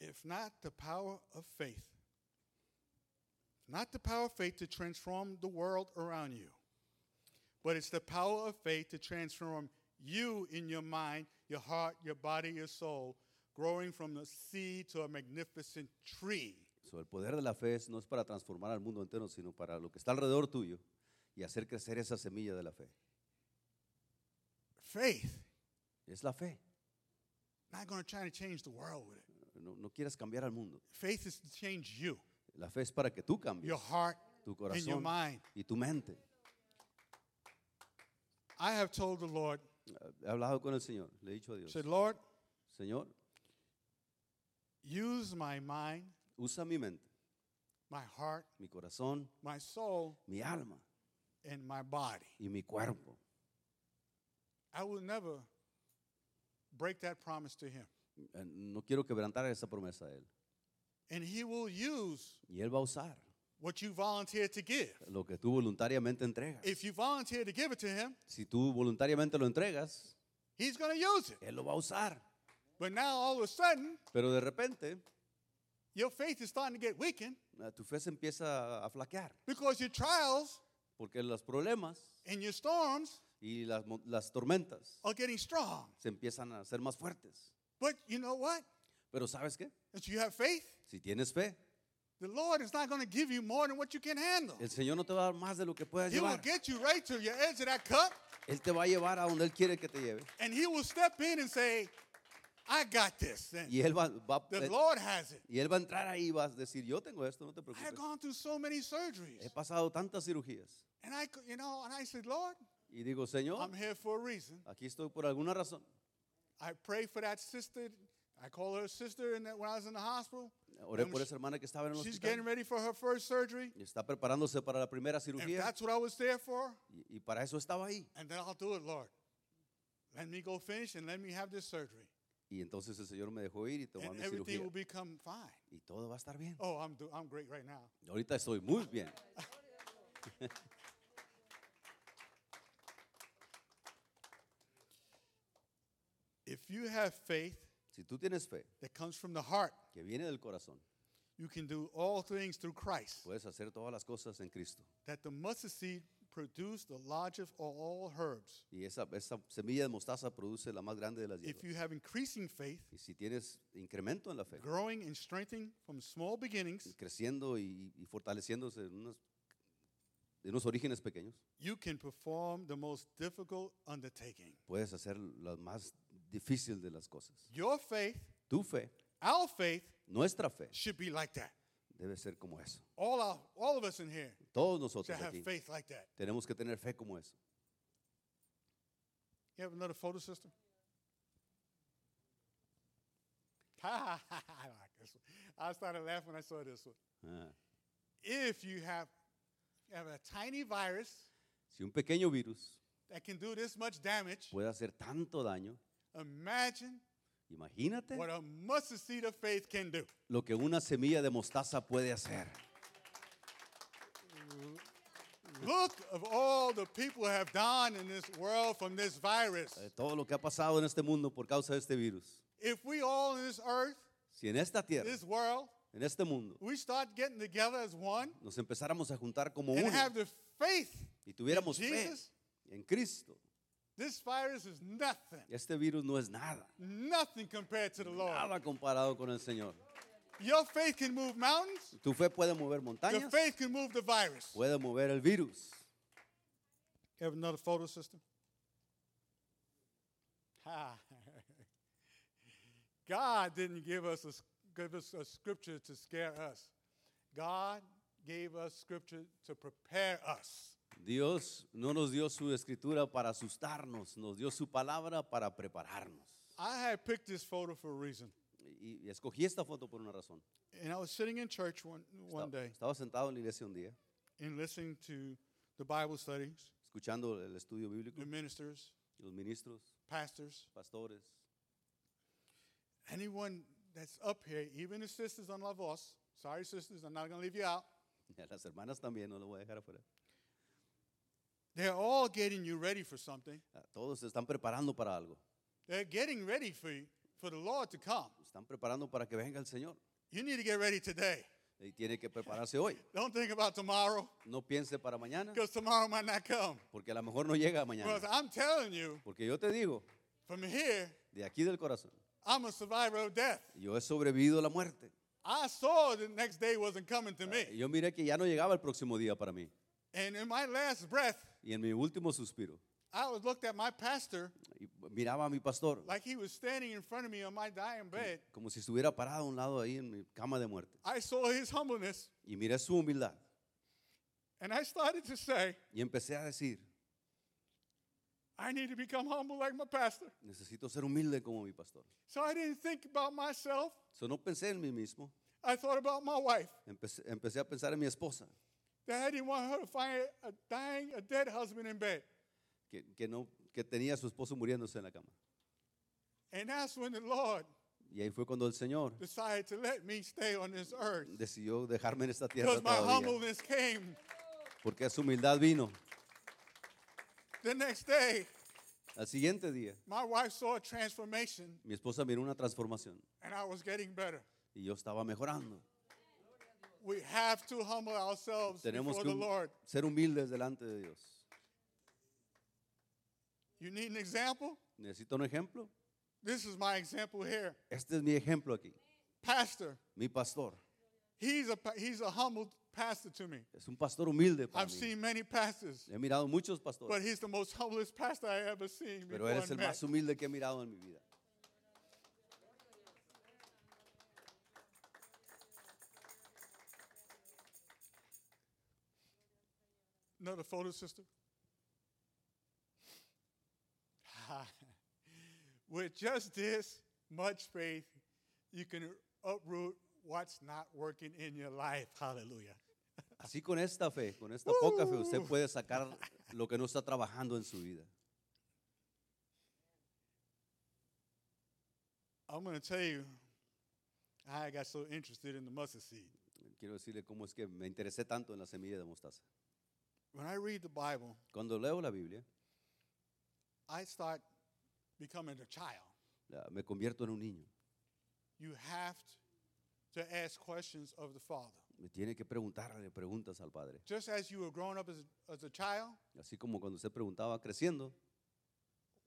Speaker 1: If not the power of faith, not the power of faith to transform the world around you, but it's the power of faith to transform you in your mind, your heart, your body, your soul, growing from the seed to a magnificent tree.
Speaker 2: So, el poder de la fe es- no es para transformar al mundo entero, sino para lo que está alrededor tuyo y hacer crecer esa semilla de la fe.
Speaker 1: Faith,
Speaker 2: Es la fe.
Speaker 1: not going to try to change the world with it.
Speaker 2: No, no quieras cambiar al mundo.
Speaker 1: Faith is to change you,
Speaker 2: La fe es para que tú cambies
Speaker 1: your heart,
Speaker 2: tu
Speaker 1: and your
Speaker 2: corazón
Speaker 1: mind.
Speaker 2: y tu mente.
Speaker 1: I have told the Lord,
Speaker 2: He hablado con el Señor, le he dicho a Dios,
Speaker 1: said, Lord,
Speaker 2: Señor,
Speaker 1: use my mind,
Speaker 2: usa mi mente,
Speaker 1: my heart,
Speaker 2: mi corazón,
Speaker 1: my soul,
Speaker 2: mi alma
Speaker 1: and my body.
Speaker 2: y mi cuerpo.
Speaker 1: I will never break that promise to him.
Speaker 2: Eh, No quiero quebrantar esa promesa a Él.
Speaker 1: And he will use
Speaker 2: Y Él va a usar
Speaker 1: what you volunteer to give.
Speaker 2: lo que tú voluntariamente entregas.
Speaker 1: If you volunteer to give it to him,
Speaker 2: Si tú voluntariamente lo entregas,
Speaker 1: he's going to use it.
Speaker 2: Él lo va a usar.
Speaker 1: But now all of a sudden,
Speaker 2: Pero de repente,
Speaker 1: your faith is starting to get weakened
Speaker 2: eh, tu fe se empieza a flaquear.
Speaker 1: because your trials
Speaker 2: Porque los problemas
Speaker 1: and your storms
Speaker 2: y las, mo- las tormentas
Speaker 1: are getting strong.
Speaker 2: se empiezan a ser más fuertes.
Speaker 1: But you know what?
Speaker 2: Pero ¿sabes qué?
Speaker 1: If you have faith,
Speaker 2: Si tienes fe,
Speaker 1: the Lord is not going to give you more than what you can handle.
Speaker 2: el Señor no te va a dar más de lo que puedas
Speaker 1: He will
Speaker 2: llevar.
Speaker 1: get you right to your edge of that cup,
Speaker 2: Él te va a llevar a donde Él quiere que te lleve.
Speaker 1: and He will step in and say, I got this. And
Speaker 2: Y él va, va-
Speaker 1: the
Speaker 2: eh,
Speaker 1: Lord has it.
Speaker 2: y él va a entrar ahí y va a decir, yo tengo esto, no te
Speaker 1: I have
Speaker 2: preocupes.
Speaker 1: gone through so many
Speaker 2: He
Speaker 1: surgeries.
Speaker 2: pasado tantas cirugías.
Speaker 1: And I, cou- you know, and I said, Lord,
Speaker 2: Y digo, Señor,
Speaker 1: I'm here for a reason.
Speaker 2: aquí estoy por alguna razón.
Speaker 1: I pray for that sister. I call her sister and that when I was in the hospital.
Speaker 2: Oré
Speaker 1: Um,
Speaker 2: por
Speaker 1: she-
Speaker 2: esa hermana que estaba en el
Speaker 1: She's getting
Speaker 2: hospital.
Speaker 1: ready for her first surgery.
Speaker 2: Y está preparándose para la primera
Speaker 1: And
Speaker 2: cirugía.
Speaker 1: that's what I was there for.
Speaker 2: Y, y para eso estaba ahí.
Speaker 1: And then I'll do it, Lord. Let me go finish and let me have this surgery.
Speaker 2: Y entonces el Señor me dejó ir y tomar
Speaker 1: And
Speaker 2: mi
Speaker 1: everything
Speaker 2: cirugía.
Speaker 1: will become fine.
Speaker 2: Y todo va a estar bien.
Speaker 1: Oh, I'm, do- I'm great right now.
Speaker 2: Y Ahorita estoy muy bien.
Speaker 1: If you have faith
Speaker 2: Si tú tienes fe,
Speaker 1: that comes from the heart,
Speaker 2: que viene del corazón,
Speaker 1: you can do all things through Christ.
Speaker 2: puedes hacer todas las cosas en Cristo.
Speaker 1: That the mustard seed produced the largest of all herbs.
Speaker 2: Y esa, esa semilla de mostaza produce la más grande de las
Speaker 1: If
Speaker 2: hierbas.
Speaker 1: you have increasing faith,
Speaker 2: Y si tienes incremento en la fe,
Speaker 1: growing and strengthening from small beginnings,
Speaker 2: y creciendo y, y fortaleciéndose en unos, de unos orígenes pequeños,
Speaker 1: you can perform the most difficult undertaking.
Speaker 2: puedes hacer lo más difícil de las cosas.
Speaker 1: Your faith,
Speaker 2: Tu fe,
Speaker 1: our faith,
Speaker 2: nuestra fe,
Speaker 1: should be like that.
Speaker 2: debe ser como eso.
Speaker 1: All, our, all of us in here
Speaker 2: Todos
Speaker 1: should
Speaker 2: nosotros
Speaker 1: have
Speaker 2: aquí
Speaker 1: faith like that.
Speaker 2: tenemos que tener fe como eso.
Speaker 1: You have another photo system? I like this one. I started laughing when I saw this one.
Speaker 2: Ah,
Speaker 1: If you have, you have a tiny virus
Speaker 2: Si un pequeño virus
Speaker 1: that can do this much damage,
Speaker 2: puede hacer tanto daño,
Speaker 1: Imagine
Speaker 2: Imagínate
Speaker 1: what a mustard seed of faith can do.
Speaker 2: lo que una semilla de mostaza puede hacer.
Speaker 1: Look of all the people who have died in this world from this virus.
Speaker 2: De todo lo que ha pasado en este mundo por causa de este virus.
Speaker 1: If we all in this earth,
Speaker 2: Si en esta tierra,
Speaker 1: this world,
Speaker 2: en este mundo,
Speaker 1: we start getting together as one
Speaker 2: nos empezáramos a juntar como
Speaker 1: and
Speaker 2: uno
Speaker 1: have the faith,
Speaker 2: y tuviéramos
Speaker 1: in
Speaker 2: fe
Speaker 1: Jesus.
Speaker 2: en Cristo,
Speaker 1: this virus is nothing.
Speaker 2: este virus no es nada.
Speaker 1: Nothing compared to the Lord.
Speaker 2: Nada comparado con el Señor.
Speaker 1: Your faith can move mountains.
Speaker 2: Tu fe puede mover
Speaker 1: Your
Speaker 2: montañas,
Speaker 1: faith can move the virus.
Speaker 2: puede mover el virus.
Speaker 1: Have another photo system? Ha. God didn't give us, a, s- give us a scripture to scare us. God gave us scripture to prepare us.
Speaker 2: Dios no nos dio su escritura para asustarnos, nos dio su palabra para prepararnos.
Speaker 1: I had picked this photo for a reason.
Speaker 2: Y, y escogí esta foto por una razón.
Speaker 1: And I was sitting in church one, one
Speaker 2: Estaba,
Speaker 1: day
Speaker 2: estaba sentado en la iglesia un día,
Speaker 1: and listening to the Bible studies,
Speaker 2: escuchando el estudio bíblico,
Speaker 1: the ministers,
Speaker 2: los ministros,
Speaker 1: pastors,
Speaker 2: pastores,
Speaker 1: anyone that's up here, even the sisters on La Voz. Sorry, sisters, I'm not going to leave you out.
Speaker 2: y a las hermanas también, no lo voy a dejar afuera.
Speaker 1: They're all getting you ready for something.
Speaker 2: Ah, Todos se están preparando para algo.
Speaker 1: They're getting ready for you, for the Lord to come.
Speaker 2: Están preparando para que venga el Señor.
Speaker 1: You need to get ready today.
Speaker 2: Y tiene que prepararse hoy.
Speaker 1: Don't think about tomorrow,
Speaker 2: No piense para mañana,
Speaker 1: because tomorrow might not come.
Speaker 2: porque a lo mejor no llega
Speaker 1: Because
Speaker 2: mañana.
Speaker 1: I'm telling you,
Speaker 2: Porque yo te digo,
Speaker 1: from here,
Speaker 2: de aquí del corazón,
Speaker 1: I'm a survivor of death.
Speaker 2: yo he sobrevivido a la muerte.
Speaker 1: I saw the next day wasn't coming to
Speaker 2: Y
Speaker 1: me.
Speaker 2: Yo miré que ya no llegaba el próximo día para mí.
Speaker 1: And in my last breath,
Speaker 2: Y en mi último suspiro,
Speaker 1: I was looked at my pastor
Speaker 2: y miraba a mi pastor
Speaker 1: like he was standing in front of me on my dying bed.
Speaker 2: como si estuviera parado a un lado ahí en mi cama de muerte.
Speaker 1: I saw his humbleness,
Speaker 2: Y miré su humildad.
Speaker 1: and I started to say,
Speaker 2: Y empecé a decir,
Speaker 1: I need to become humble like my pastor.
Speaker 2: necesito ser humilde como mi pastor.
Speaker 1: So I didn't think about myself.
Speaker 2: So no pensé en mí mismo.
Speaker 1: I thought about my wife.
Speaker 2: Empecé, empecé a pensar en mi esposa,
Speaker 1: that I didn't want her to find a dying, a dead husband in bed.
Speaker 2: que, que no, que tenía a su esposo muriéndose en la cama.
Speaker 1: And that's when the Lord
Speaker 2: Y ahí fue cuando el Señor
Speaker 1: decided to let me stay on this earth.
Speaker 2: decidió dejarme en esta tierra
Speaker 1: Because my
Speaker 2: todavía,
Speaker 1: humbleness came
Speaker 2: porque su humildad vino.
Speaker 1: the next day.
Speaker 2: Al siguiente día,
Speaker 1: My wife saw a transformation,
Speaker 2: mi esposa miró una transformación
Speaker 1: and I was getting better.
Speaker 2: y yo estaba mejorando.
Speaker 1: We have to humble ourselves
Speaker 2: Tenemos
Speaker 1: before
Speaker 2: que
Speaker 1: the
Speaker 2: hum-
Speaker 1: Lord.
Speaker 2: ser humildes delante de Dios.
Speaker 1: You need an example?
Speaker 2: ¿Necesito un ejemplo?
Speaker 1: This is my example here.
Speaker 2: Este es mi ejemplo aquí.
Speaker 1: Pastor,
Speaker 2: Mi pastor
Speaker 1: he's a pa- he's a humble pastor to me.
Speaker 2: es un pastor humilde para
Speaker 1: I've
Speaker 2: mí.
Speaker 1: seen many pastors,
Speaker 2: He mirado muchos
Speaker 1: but
Speaker 2: pastores,
Speaker 1: he's the most humblest pastor I ever seen.
Speaker 2: pero
Speaker 1: before
Speaker 2: él es
Speaker 1: I
Speaker 2: el
Speaker 1: met.
Speaker 2: más humilde que he mirado en mi vida.
Speaker 1: Another photo sister. With just this much faith, you can uproot what's not working in your life. Hallelujah.
Speaker 2: Así con esta fe, con esta poca fe, usted puede sacar lo que no está trabajando en su vida.
Speaker 1: I'm going to tell you, I got so interested in the mustard seed.
Speaker 2: Quiero decirle cómo es que me interesé tanto en la semilla de mostaza.
Speaker 1: When I read the Bible,
Speaker 2: Cuando leo la Biblia,
Speaker 1: I start becoming a child.
Speaker 2: la- me convierto en un niño.
Speaker 1: You have to ask questions of the Father.
Speaker 2: Me tiene que preguntarle preguntas al Padre.
Speaker 1: Just as you were growing up as, as a child,
Speaker 2: Así como cuando usted preguntaba creciendo,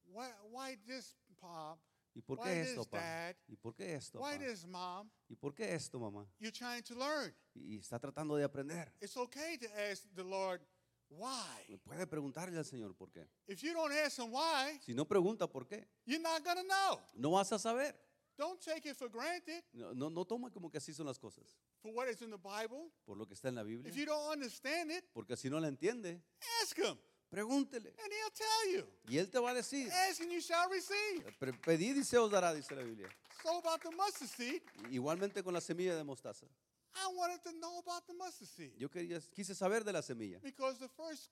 Speaker 1: why, why this, Bob?
Speaker 2: ¿y por
Speaker 1: Why
Speaker 2: qué esto,
Speaker 1: this,
Speaker 2: papá?
Speaker 1: Dad?
Speaker 2: ¿Y por qué esto,
Speaker 1: Why
Speaker 2: pa?
Speaker 1: this, Mom?
Speaker 2: ¿Y por qué esto, mamá?
Speaker 1: You're trying to learn.
Speaker 2: Y, y está tratando de aprender.
Speaker 1: It's okay to ask the Lord why.
Speaker 2: Puede preguntarle al Señor por qué.
Speaker 1: If you don't ask Him why,
Speaker 2: Si no pregunta por qué,
Speaker 1: you're not going to know.
Speaker 2: no vas a saber.
Speaker 1: Don't take it for granted
Speaker 2: No, no, no toma como que así son las cosas,
Speaker 1: for what is in the Bible.
Speaker 2: por lo que está en la Biblia.
Speaker 1: If you don't understand it,
Speaker 2: Porque si no la entiende,
Speaker 1: ask Him
Speaker 2: pregúntele.
Speaker 1: and He'll tell you.
Speaker 2: Y Él te va a decir.
Speaker 1: Ask and you shall receive.
Speaker 2: Pre- Pedid y se os dará, dice la Biblia.
Speaker 1: So, about the mustard seed,
Speaker 2: Igualmente con la semilla de mostaza.
Speaker 1: I wanted to know about the mustard seed
Speaker 2: Yo quería, quise saber de la semilla.
Speaker 1: because the first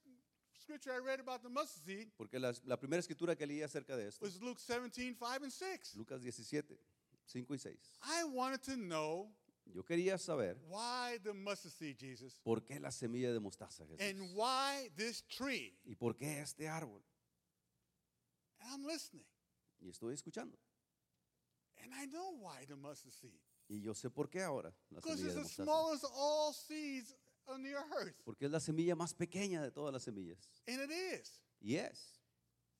Speaker 1: scripture I read about the mustard seed
Speaker 2: Porque la, la primera escritura que leí acerca de esto,
Speaker 1: was Luke 17, 5 and 6.
Speaker 2: Lucas 17, 5 y 6.
Speaker 1: I wanted to know
Speaker 2: Yo quería saber
Speaker 1: why the mustard seed, Jesus,
Speaker 2: por qué la semilla de mostaza,
Speaker 1: and
Speaker 2: Jesús.
Speaker 1: why this tree.
Speaker 2: Y por qué este árbol.
Speaker 1: And I'm listening.
Speaker 2: Y estoy escuchando.
Speaker 1: And I know why the mustard seed.
Speaker 2: Y yo sé por qué ahora la
Speaker 1: Because
Speaker 2: semilla
Speaker 1: it's the
Speaker 2: de mostaza.
Speaker 1: smallest of all seeds on the earth.
Speaker 2: Porque es la semilla más pequeña de todas las semillas.
Speaker 1: And it is.
Speaker 2: Y es,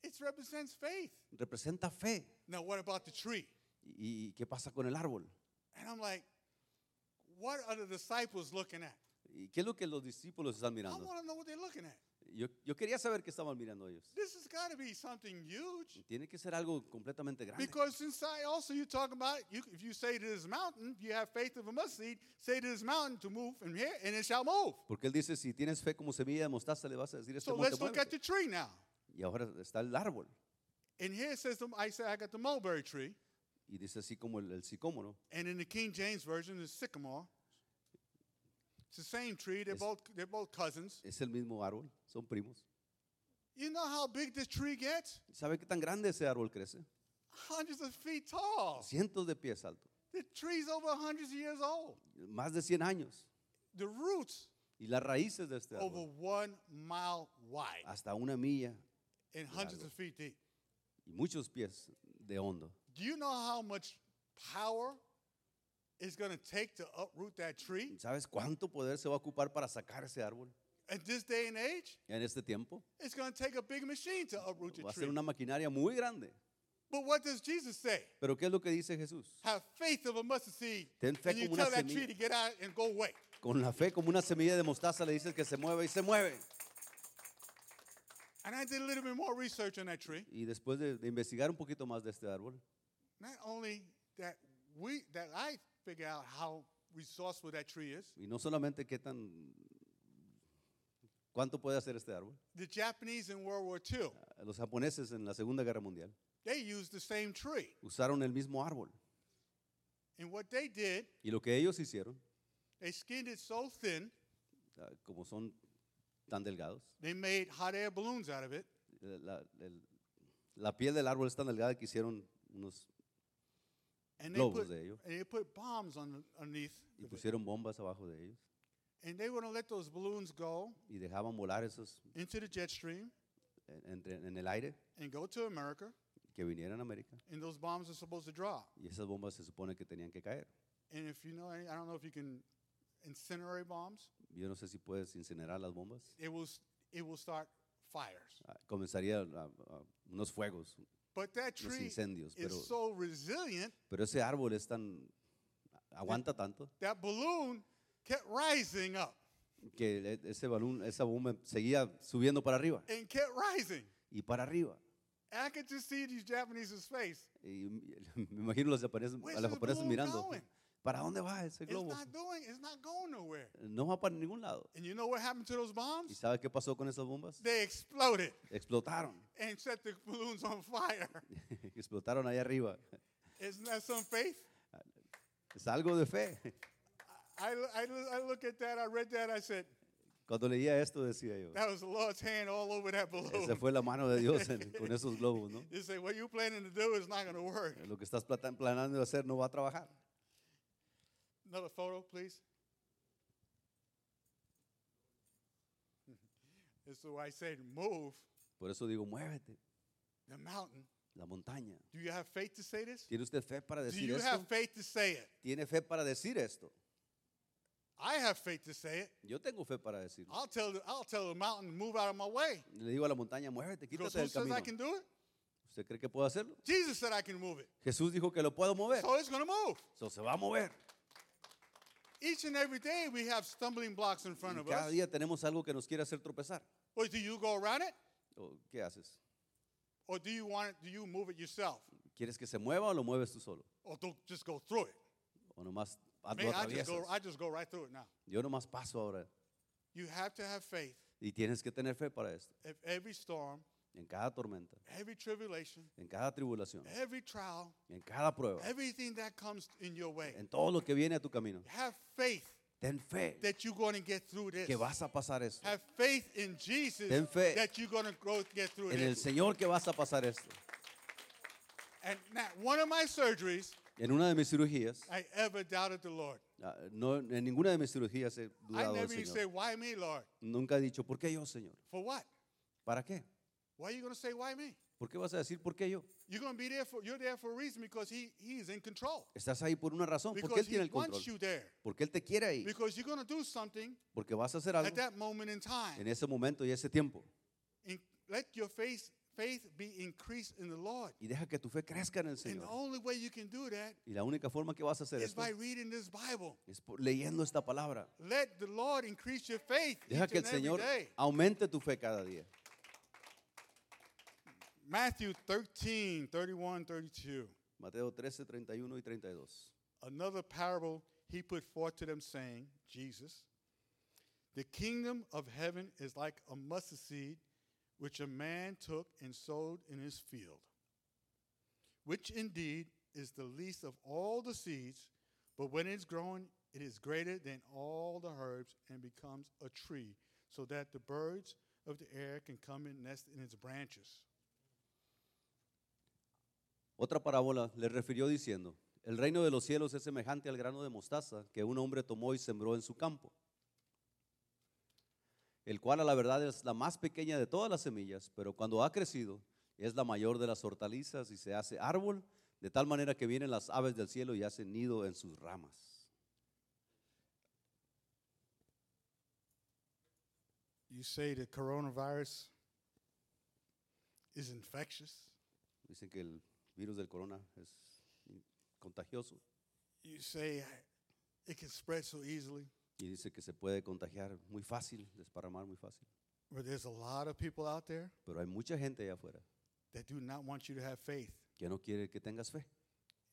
Speaker 1: It represents faith.
Speaker 2: representa fe.
Speaker 1: Now, what about the tree?
Speaker 2: ¿Y, y qué pasa con el árbol?
Speaker 1: And I'm like, what are the disciples looking at?
Speaker 2: ¿Y qué es lo que los discípulos están
Speaker 1: I
Speaker 2: mirando?
Speaker 1: want to know what they're looking at.
Speaker 2: Yo, yo quería saber qué estaban mirando ellos.
Speaker 1: This has got to be something huge.
Speaker 2: Tiene que ser algo completamente grande.
Speaker 1: Because inside, also, you're talking about you, if you say to this mountain, you have faith of a mustard seed, say to this mountain to move from here, and it shall move.
Speaker 2: Porque él dice, si tienes fe como semilla de mostaza, le vas a decir este
Speaker 1: So
Speaker 2: monte
Speaker 1: let's look at
Speaker 2: muévete".
Speaker 1: the tree now.
Speaker 2: Y ahora está el árbol.
Speaker 1: And here it says, the, I said, I got the mulberry tree.
Speaker 2: Y dice así como el, el sicómoro.
Speaker 1: And in the King James Version, it's sycamore. It's the same tree. They're
Speaker 2: Es-
Speaker 1: both, they're both cousins.
Speaker 2: Es el mismo árbol, son primos.
Speaker 1: You know how big this tree gets?
Speaker 2: ¿Sabe qué tan grande ese árbol crece?
Speaker 1: hundreds of feet tall.
Speaker 2: Cientos de pies alto.
Speaker 1: The tree's over hundreds of years old.
Speaker 2: Más de 100 años.
Speaker 1: The roots
Speaker 2: Y las raíces de este
Speaker 1: over
Speaker 2: árbol.
Speaker 1: one mile wide
Speaker 2: Hasta una milla
Speaker 1: and hundreds
Speaker 2: largo.
Speaker 1: of feet deep.
Speaker 2: y muchos pies de hondo.
Speaker 1: Do you know how much power it's going to take to uproot that tree
Speaker 2: ¿Sabes cuánto poder se va a ocupar para sacar ese árbol
Speaker 1: at this day and age?
Speaker 2: en este tiempo?
Speaker 1: It's going to take a big machine to uproot the
Speaker 2: Va a
Speaker 1: tree.
Speaker 2: ser una maquinaria muy grande.
Speaker 1: But what does Jesus say?
Speaker 2: Pero ¿qué es lo que dice Jesús?
Speaker 1: Have faith of a mustard seed,
Speaker 2: Ten fe
Speaker 1: and you
Speaker 2: como una
Speaker 1: tell that
Speaker 2: semilla.
Speaker 1: tree to get out and go away.
Speaker 2: Con la fe como una semilla de mostaza le dices que se mueve y se mueve.
Speaker 1: And I did a little bit more research on that tree.
Speaker 2: Y después de, de investigar un poquito más de este árbol,
Speaker 1: Not only that we that I figure out how resourceful that tree is.
Speaker 2: y no solamente qué tan cuánto puede hacer este árbol.
Speaker 1: The Japanese in World War II,
Speaker 2: Ah, Los japoneses en la Segunda Guerra Mundial
Speaker 1: they used the same tree.
Speaker 2: usaron el mismo árbol
Speaker 1: And what they did,
Speaker 2: y lo que ellos hicieron,
Speaker 1: they skinned it so thin,
Speaker 2: ah, como son tan delgados,
Speaker 1: they made hot air balloons out of it.
Speaker 2: eh, la, el- la piel del árbol es tan delgada que hicieron unos
Speaker 1: And they,
Speaker 2: globos
Speaker 1: put,
Speaker 2: de ello
Speaker 1: and they put bombs on, underneath.
Speaker 2: y
Speaker 1: of it.
Speaker 2: pusieron bombas abajo de ellos
Speaker 1: And they were going to let those balloons go
Speaker 2: y dejaban volar esos
Speaker 1: into the jet stream
Speaker 2: en, entre- en el aire
Speaker 1: and go to America.
Speaker 2: que vinieran a América
Speaker 1: And those bombs are supposed to drop.
Speaker 2: y esas bombas se supone que tenían que caer.
Speaker 1: And if you know, any- I don't know if you can incinerate bombs,
Speaker 2: Yo no sé si puedes incinerar las bombas.
Speaker 1: it will, s- it will start fires.
Speaker 2: Ah, Comenzaría a- a- unos fuegos,
Speaker 1: But that
Speaker 2: unos
Speaker 1: tree
Speaker 2: incendios, pero,
Speaker 1: is so resilient,
Speaker 2: pero ese árbol es tan aguanta tanto
Speaker 1: that balloon kept rising up.
Speaker 2: que e- ese balón, esa bomba seguía subiendo para arriba
Speaker 1: and kept rising.
Speaker 2: y para arriba.
Speaker 1: And I could just see these Japanese's face.
Speaker 2: Y me imagino los japoneses,
Speaker 1: Where's
Speaker 2: a los
Speaker 1: the
Speaker 2: japoneses
Speaker 1: balloon
Speaker 2: mirando.
Speaker 1: going?
Speaker 2: ¿Para dónde va ese
Speaker 1: It's
Speaker 2: globo?
Speaker 1: not doing. It's not going nowhere.
Speaker 2: No va para ningún lado.
Speaker 1: And you know what happened to those
Speaker 2: ¿Y
Speaker 1: bombs?
Speaker 2: sabe qué pasó con esas bombas?
Speaker 1: They exploded
Speaker 2: Explotaron.
Speaker 1: and set the balloons on fire.
Speaker 2: Explotaron ahí arriba.
Speaker 1: Isn't that some faith?
Speaker 2: Es algo de fe.
Speaker 1: I, I, I look at that. I read that. I said,
Speaker 2: Cuando leía esto decía yo,
Speaker 1: that was the Lord's hand all over that
Speaker 2: esa
Speaker 1: balloon.
Speaker 2: fue la mano de Dios en- con esos globos, ¿no?
Speaker 1: You say, what you're planning to do is not going to work.
Speaker 2: Lo que estás plata- planeando hacer no va a trabajar.
Speaker 1: Another photo, please. and so I said, move
Speaker 2: Por eso digo, muévete,
Speaker 1: the mountain.
Speaker 2: la montaña.
Speaker 1: Do you have faith to say this?
Speaker 2: ¿Tiene usted fe para
Speaker 1: Do
Speaker 2: decir
Speaker 1: you have
Speaker 2: esto?
Speaker 1: faith to say it?
Speaker 2: ¿Tiene fe para decir esto?
Speaker 1: I have faith to say it.
Speaker 2: Yo tengo fe para decirlo.
Speaker 1: I'll tell the, I'll tell the mountain to move out of my way.
Speaker 2: Le digo a la montaña, muévete,
Speaker 1: Because
Speaker 2: quítate
Speaker 1: who
Speaker 2: del
Speaker 1: says
Speaker 2: camino.
Speaker 1: I can do it?
Speaker 2: ¿Usted cree que puedo hacerlo?
Speaker 1: Jesus said I can move it.
Speaker 2: Jesús dijo que lo puedo mover.
Speaker 1: So it's going to move.
Speaker 2: So, se va a mover.
Speaker 1: Each and every day we have stumbling blocks in front
Speaker 2: Y
Speaker 1: of
Speaker 2: cada
Speaker 1: us.
Speaker 2: día tenemos algo que nos quiere hacer tropezar.
Speaker 1: Or do you go around it?
Speaker 2: ¿O ¿Qué haces?
Speaker 1: Or do you want it, do you move it yourself?
Speaker 2: ¿Quieres que se mueva o lo mueves tú solo?
Speaker 1: Or do just go through it?
Speaker 2: ¿O nomás a-
Speaker 1: Me,
Speaker 2: lo
Speaker 1: I just
Speaker 2: atraviesas?
Speaker 1: go I just go right through it now.
Speaker 2: Yo nomás paso ahora.
Speaker 1: You have to have faith
Speaker 2: Y tienes que tener fe para esto.
Speaker 1: if every storm,
Speaker 2: En cada tormenta,
Speaker 1: every tribulation,
Speaker 2: en cada tribulación,
Speaker 1: every trial,
Speaker 2: en cada prueba,
Speaker 1: everything that comes in your way.
Speaker 2: en todo lo que viene a tu camino.
Speaker 1: Have faith
Speaker 2: Ten fe
Speaker 1: that you're going to get through this.
Speaker 2: que vas a pasar esto.
Speaker 1: Have faith in Jesus
Speaker 2: Ten fe
Speaker 1: that you're going to grow, get through
Speaker 2: En el
Speaker 1: this.
Speaker 2: Señor que vas a pasar esto.
Speaker 1: And not one of my surgeries,
Speaker 2: En una de mis cirugías,
Speaker 1: I ever doubted the Lord.
Speaker 2: ah, no, en ninguna de mis cirugías he
Speaker 1: I
Speaker 2: dudado del
Speaker 1: never even said,
Speaker 2: Señor.
Speaker 1: Why me, Lord?
Speaker 2: Nunca he dicho, ¿por qué yo, Señor?
Speaker 1: For what?
Speaker 2: ¿Para qué?
Speaker 1: Why are you going to say, Why me?
Speaker 2: ¿Por qué vas a decir, ¿por qué yo?
Speaker 1: You're going to be there for, you're there for a reason because he, he's in control.
Speaker 2: Estás ahí por una razón, porque
Speaker 1: Because
Speaker 2: Él
Speaker 1: he
Speaker 2: tiene el control.
Speaker 1: wants you there.
Speaker 2: Porque Él te quiere ahí.
Speaker 1: Because you're going to do something
Speaker 2: Porque vas a hacer algo
Speaker 1: at that moment in
Speaker 2: en
Speaker 1: time.
Speaker 2: ese momento y ese tiempo.
Speaker 1: In, let your faith, faith be increased in the Lord.
Speaker 2: Y deja que tu fe crezca en el
Speaker 1: And the
Speaker 2: Señor.
Speaker 1: only way you can do that
Speaker 2: Y la única forma que vas a hacer
Speaker 1: is
Speaker 2: esto
Speaker 1: by reading this Bible.
Speaker 2: es por- leyendo esta palabra.
Speaker 1: Let the Lord increase your faith
Speaker 2: Deja
Speaker 1: each
Speaker 2: que el
Speaker 1: and every
Speaker 2: Señor
Speaker 1: day.
Speaker 2: aumente tu fe cada día.
Speaker 1: Matthew 13, 31, 32.
Speaker 2: Mateo 13, 31 y 32.
Speaker 1: Another parable he put forth to them, saying, Jesus, the kingdom of heaven is like a mustard seed which a man took and sowed in his field, which indeed is the least of all the seeds, but when it's grown, it is greater than all the herbs and becomes a tree, so that the birds of the air can come and nest in its branches.
Speaker 2: Otra parábola le refirió diciendo, el reino de los cielos es semejante al grano de mostaza que un hombre tomó y sembró en su campo, el cual a la verdad es la más pequeña de todas las semillas, pero cuando ha crecido es la mayor de las hortalizas y se hace árbol, de tal manera que vienen las aves del cielo y hacen nido en sus ramas.
Speaker 1: You say that coronavirus is infectious.
Speaker 2: Dicen que el virus del corona es in- contagioso
Speaker 1: You say it can spread so easily,
Speaker 2: y dice que se puede contagiar muy fácil, desparramar muy fácil,
Speaker 1: but there's a lot of people out there
Speaker 2: pero hay mucha gente allá afuera
Speaker 1: that do not want you to have faith,
Speaker 2: que no quiere que tengas fe.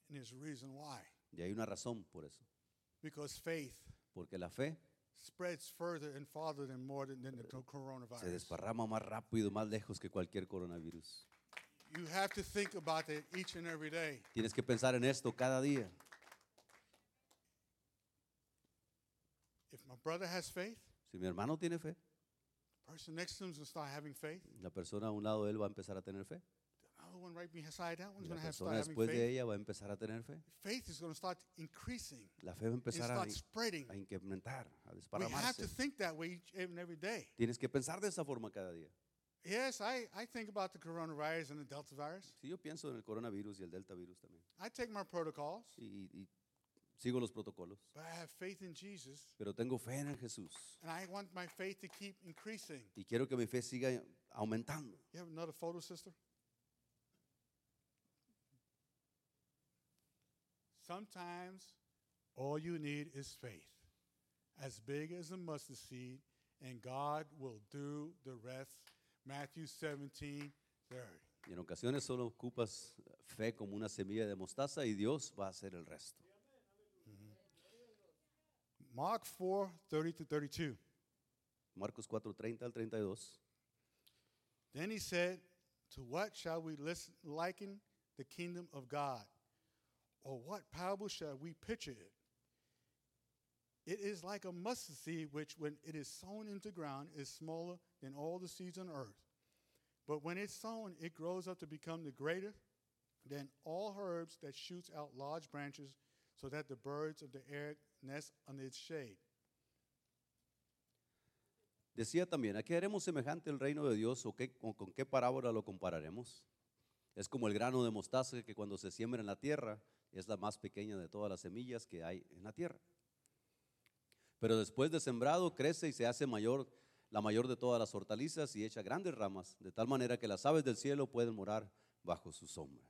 Speaker 1: and there's a reason why.
Speaker 2: Y hay una razón por eso.
Speaker 1: Because faith
Speaker 2: Porque la fe
Speaker 1: spreads further and farther than more than, than the co-
Speaker 2: se
Speaker 1: coronavirus.
Speaker 2: desparrama más rápido, más lejos que cualquier coronavirus.
Speaker 1: You have to think about that each and every day.
Speaker 2: Tienes que pensar en esto cada día.
Speaker 1: If my brother has faith,
Speaker 2: Si mi hermano tiene fe,
Speaker 1: the person next to him is going to start having faith.
Speaker 2: la persona a un lado de él va a empezar a tener fe.
Speaker 1: The other one right beside that
Speaker 2: Y
Speaker 1: one's
Speaker 2: la
Speaker 1: going to have
Speaker 2: persona
Speaker 1: start having
Speaker 2: después de
Speaker 1: faith.
Speaker 2: ella va a empezar a tener fe.
Speaker 1: Faith is going to start increasing
Speaker 2: La fe va a
Speaker 1: and
Speaker 2: empezar a,
Speaker 1: start spreading.
Speaker 2: a incrementar, a
Speaker 1: We have
Speaker 2: desparramarse.
Speaker 1: to think that way each and every day.
Speaker 2: Tienes que pensar de esa forma cada día.
Speaker 1: Yes, I, I think about the coronavirus and the Delta virus.
Speaker 2: Si yo pienso en el coronavirus y el delta virus también,
Speaker 1: I take my protocols,
Speaker 2: y, y sigo los protocolos,
Speaker 1: but I have faith in Jesus,
Speaker 2: pero tengo fe en Jesús
Speaker 1: and I want my faith to keep increasing.
Speaker 2: y quiero que mi fe siga aumentando.
Speaker 1: You have another photo, sister? Sometimes all you need is faith, as big as a mustard seed, and God will do the rest. Matthew 17, 30.
Speaker 2: Y en ocasiones solo ocupas fe como una semilla de mostaza y Dios va a hacer el resto.
Speaker 1: Mark 4, 30 to 32.
Speaker 2: Marcos 4:30 al 32.
Speaker 1: Then he said, To what shall we listen, liken the kingdom of God? Or what parable shall we picture it? It is like a mustard seed, which when it is sown into ground is smaller than all the seeds on earth. But when it's sown, it grows up to become the greater than all herbs that shoots out large branches, so that the birds of the air nest under its shade.
Speaker 2: Decía también, ¿a qué haremos semejante el reino de Dios o, qué, o con qué parábola lo compararemos? Es como el grano de mostaza que cuando se siembra en la tierra es la más pequeña de todas las semillas que hay en la tierra. Pero después de sembrado crece y se hace mayor, la mayor de todas las hortalizas y echa grandes ramas, de tal manera que las aves del cielo pueden morar bajo su sombra.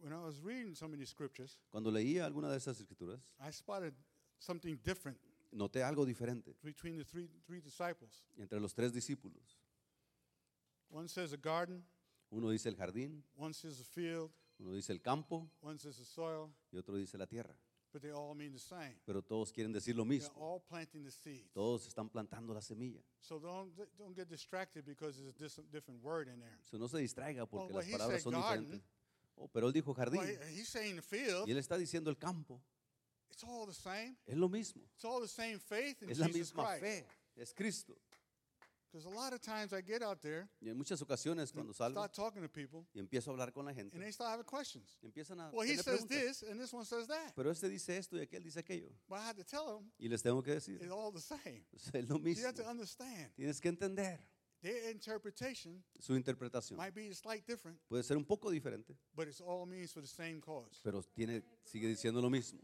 Speaker 1: When I was reading some of these scriptures,
Speaker 2: Cuando leía alguna de esas escrituras,
Speaker 1: I spotted something different
Speaker 2: noté algo diferente
Speaker 1: between the three, three disciples.
Speaker 2: entre los tres discípulos.
Speaker 1: One says a garden,
Speaker 2: Uno dice el jardín,
Speaker 1: one says a field,
Speaker 2: uno dice el campo
Speaker 1: one says a soil,
Speaker 2: y otro dice la tierra.
Speaker 1: but they all mean the same.
Speaker 2: Pero todos quieren decir lo
Speaker 1: They're
Speaker 2: mismo.
Speaker 1: all planting the seeds.
Speaker 2: Todos están plantando la semilla.
Speaker 1: So don't, don't get distracted because there's a dis- different word in there.
Speaker 2: So no se distraiga porque
Speaker 1: Well,
Speaker 2: las
Speaker 1: he
Speaker 2: palabras
Speaker 1: said
Speaker 2: son
Speaker 1: garden.
Speaker 2: diferentes. Oh, pero él dijo
Speaker 1: Well,
Speaker 2: jardín
Speaker 1: he- he's saying the
Speaker 2: y
Speaker 1: field,
Speaker 2: él está diciendo el campo.
Speaker 1: It's all the same.
Speaker 2: Es lo mismo.
Speaker 1: It's all the same faith in
Speaker 2: Es la
Speaker 1: Jesus
Speaker 2: misma
Speaker 1: Christ.
Speaker 2: fe. Es Cristo.
Speaker 1: Because a lot of times I get out there,
Speaker 2: Y en muchas ocasiones cuando salgo
Speaker 1: start talking to people,
Speaker 2: y empiezo a hablar con la
Speaker 1: and
Speaker 2: gente,
Speaker 1: they start having questions.
Speaker 2: empiezan a
Speaker 1: Well, he
Speaker 2: tener
Speaker 1: says
Speaker 2: Ah, preguntas.
Speaker 1: this, and this one says that.
Speaker 2: Pero este dice esto y aquel dice aquello.
Speaker 1: But I had to tell them
Speaker 2: Y les tengo que decir,
Speaker 1: it's all the same.
Speaker 2: es lo
Speaker 1: You
Speaker 2: mismo.
Speaker 1: have to understand
Speaker 2: Tienes que entender.
Speaker 1: their interpretation
Speaker 2: Su interpretación
Speaker 1: might be slight different,
Speaker 2: puede ser un poco diferente,
Speaker 1: but it's all means for the same cause.
Speaker 2: pero tiene, sigue diciendo lo mismo.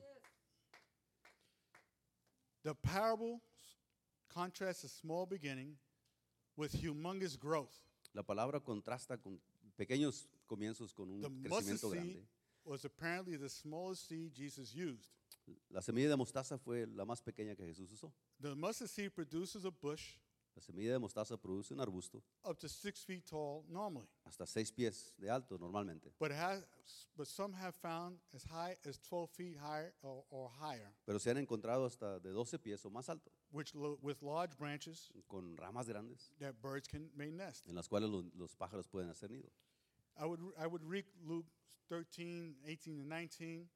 Speaker 1: The parable contrasts a small beginning with humongous growth.
Speaker 2: La palabra contrasta con pequeños comienzos con un
Speaker 1: The mustard
Speaker 2: Mm, crecimiento
Speaker 1: seed
Speaker 2: grande.
Speaker 1: was apparently the smallest seed Jesus used.
Speaker 2: La semilla de mostaza fue la más pequeña que Jesús usó.
Speaker 1: The mustard seed produces a bush
Speaker 2: La semilla de mostaza produce un arbusto
Speaker 1: up to six feet tall normally,
Speaker 2: hasta seis pies de alto normalmente,
Speaker 1: but, has, but some have found as high as 12 feet higher or, or higher,
Speaker 2: pero se han encontrado hasta de 12 pies o más alto,
Speaker 1: which lo, with large branches
Speaker 2: con ramas grandes
Speaker 1: that birds can may nest.
Speaker 2: en las cuales lo- los pájaros pueden hacer nido.
Speaker 1: I would, I would read Luke 13, 18, and 19,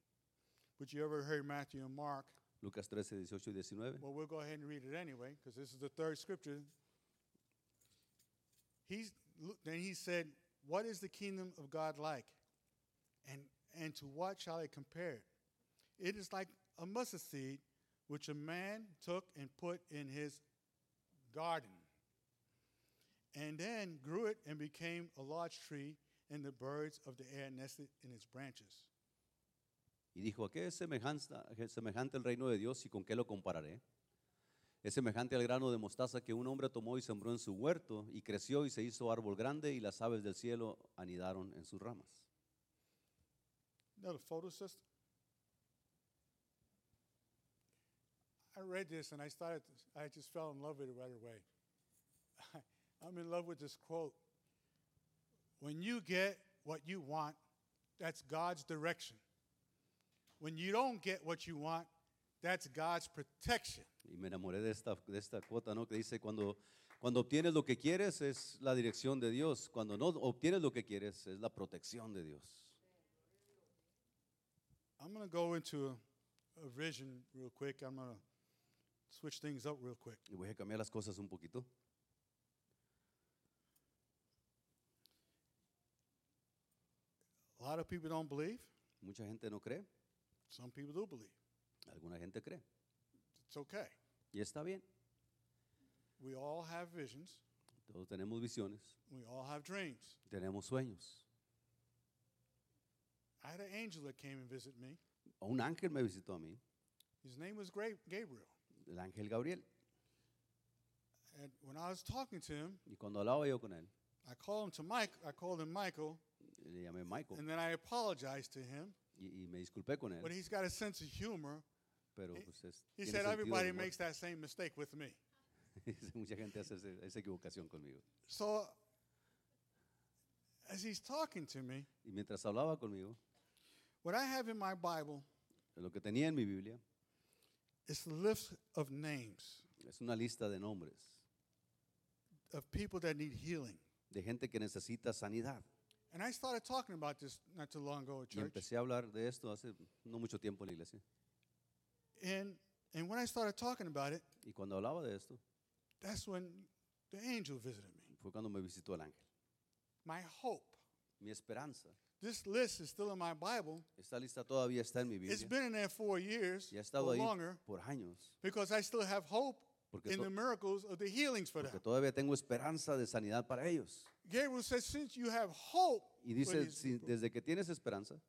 Speaker 1: which you ever heard Matthew and Mark.
Speaker 2: Lucas 13, 18 y 19.
Speaker 1: Well, we'll go ahead and read it anyway, because this is the third scripture. He's, Lu- then he said, What is the kingdom of God like? And, and to what shall I compare it? It is like a mustard seed which a man took and put in his garden. And then grew it and became a large tree, and the birds of the air nested in its branches.
Speaker 2: Y dijo, ¿a qué es semejanza- a qué es semejante el reino de Dios y con qué lo compararé? Es semejante al grano de mostaza que un hombre tomó y sembró en su huerto y creció y se hizo árbol grande y las aves del cielo anidaron en sus ramas.
Speaker 1: No, the photo system. I read this and I started, I just fell in love with it right away. I'm in love with this quote. When you get what you want, that's God's direction. When you don't get what you want, that's God's protection.
Speaker 2: Y me enamoré de esta, de esta cuota, ¿no? Que dice, cuando, cuando obtienes lo que quieres es la dirección de Dios, cuando no obtienes lo que quieres es la protección de Dios.
Speaker 1: I'm going to go into a, a vision real quick. I'm going to switch things up real quick.
Speaker 2: Y voy a cambiar las cosas un poquito.
Speaker 1: A lot of people don't believe,
Speaker 2: Mucha gente no cree,
Speaker 1: some people do believe.
Speaker 2: alguna gente cree.
Speaker 1: It's okay.
Speaker 2: Y está bien,
Speaker 1: We all have visions.
Speaker 2: todos tenemos visiones,
Speaker 1: We all have dreams.
Speaker 2: tenemos sueños.
Speaker 1: I had an angel that came and visited me.
Speaker 2: Un ángel me visitó a mí,
Speaker 1: His name was Gra- Gabriel.
Speaker 2: el ángel Gabriel.
Speaker 1: And when I was talking to him,
Speaker 2: Y cuando hablaba yo con él,
Speaker 1: I called him to Mike. I called him Michael,
Speaker 2: le llamé Michael
Speaker 1: and then I apologized to him.
Speaker 2: y, y me disculpé con
Speaker 1: But
Speaker 2: él,
Speaker 1: he's got a sense of humor.
Speaker 2: pero
Speaker 1: he-
Speaker 2: pues es,
Speaker 1: He
Speaker 2: tiene
Speaker 1: said
Speaker 2: sentido el
Speaker 1: everybody
Speaker 2: humor".
Speaker 1: makes that same mistake with me.
Speaker 2: Dice, mucha gente hace ese- esa equivocación conmigo.
Speaker 1: So as he's talking to me,
Speaker 2: Y mientras hablaba conmigo,
Speaker 1: what I have in my Bible
Speaker 2: lo que tenía en mi Biblia
Speaker 1: is a list of names
Speaker 2: es una lista de nombres
Speaker 1: of people that need healing.
Speaker 2: de gente que necesita sanidad.
Speaker 1: And I started talking about this not too long ago at
Speaker 2: Y
Speaker 1: church.
Speaker 2: empecé a hablar de esto hace no mucho tiempo en la iglesia.
Speaker 1: And and when I started talking about it,
Speaker 2: Y cuando hablaba de esto,
Speaker 1: That's when the angel visited me.
Speaker 2: fue cuando me visitó el ángel.
Speaker 1: My hope.
Speaker 2: Mi esperanza,
Speaker 1: This list is still in my Bible.
Speaker 2: esta lista todavía está en mi
Speaker 1: It's
Speaker 2: Biblia.
Speaker 1: been in there four years
Speaker 2: Y ha
Speaker 1: or
Speaker 2: estado ahí
Speaker 1: longer
Speaker 2: por años.
Speaker 1: because I still have hope
Speaker 2: Porque
Speaker 1: in
Speaker 2: to-
Speaker 1: the miracles of the healings for them.
Speaker 2: Porque todavía tengo esperanza de sanidad para ellos.
Speaker 1: Gabriel says, since you have hope,
Speaker 2: Y
Speaker 1: for
Speaker 2: dice,
Speaker 1: these
Speaker 2: si-
Speaker 1: people,
Speaker 2: desde que tienes esperanza,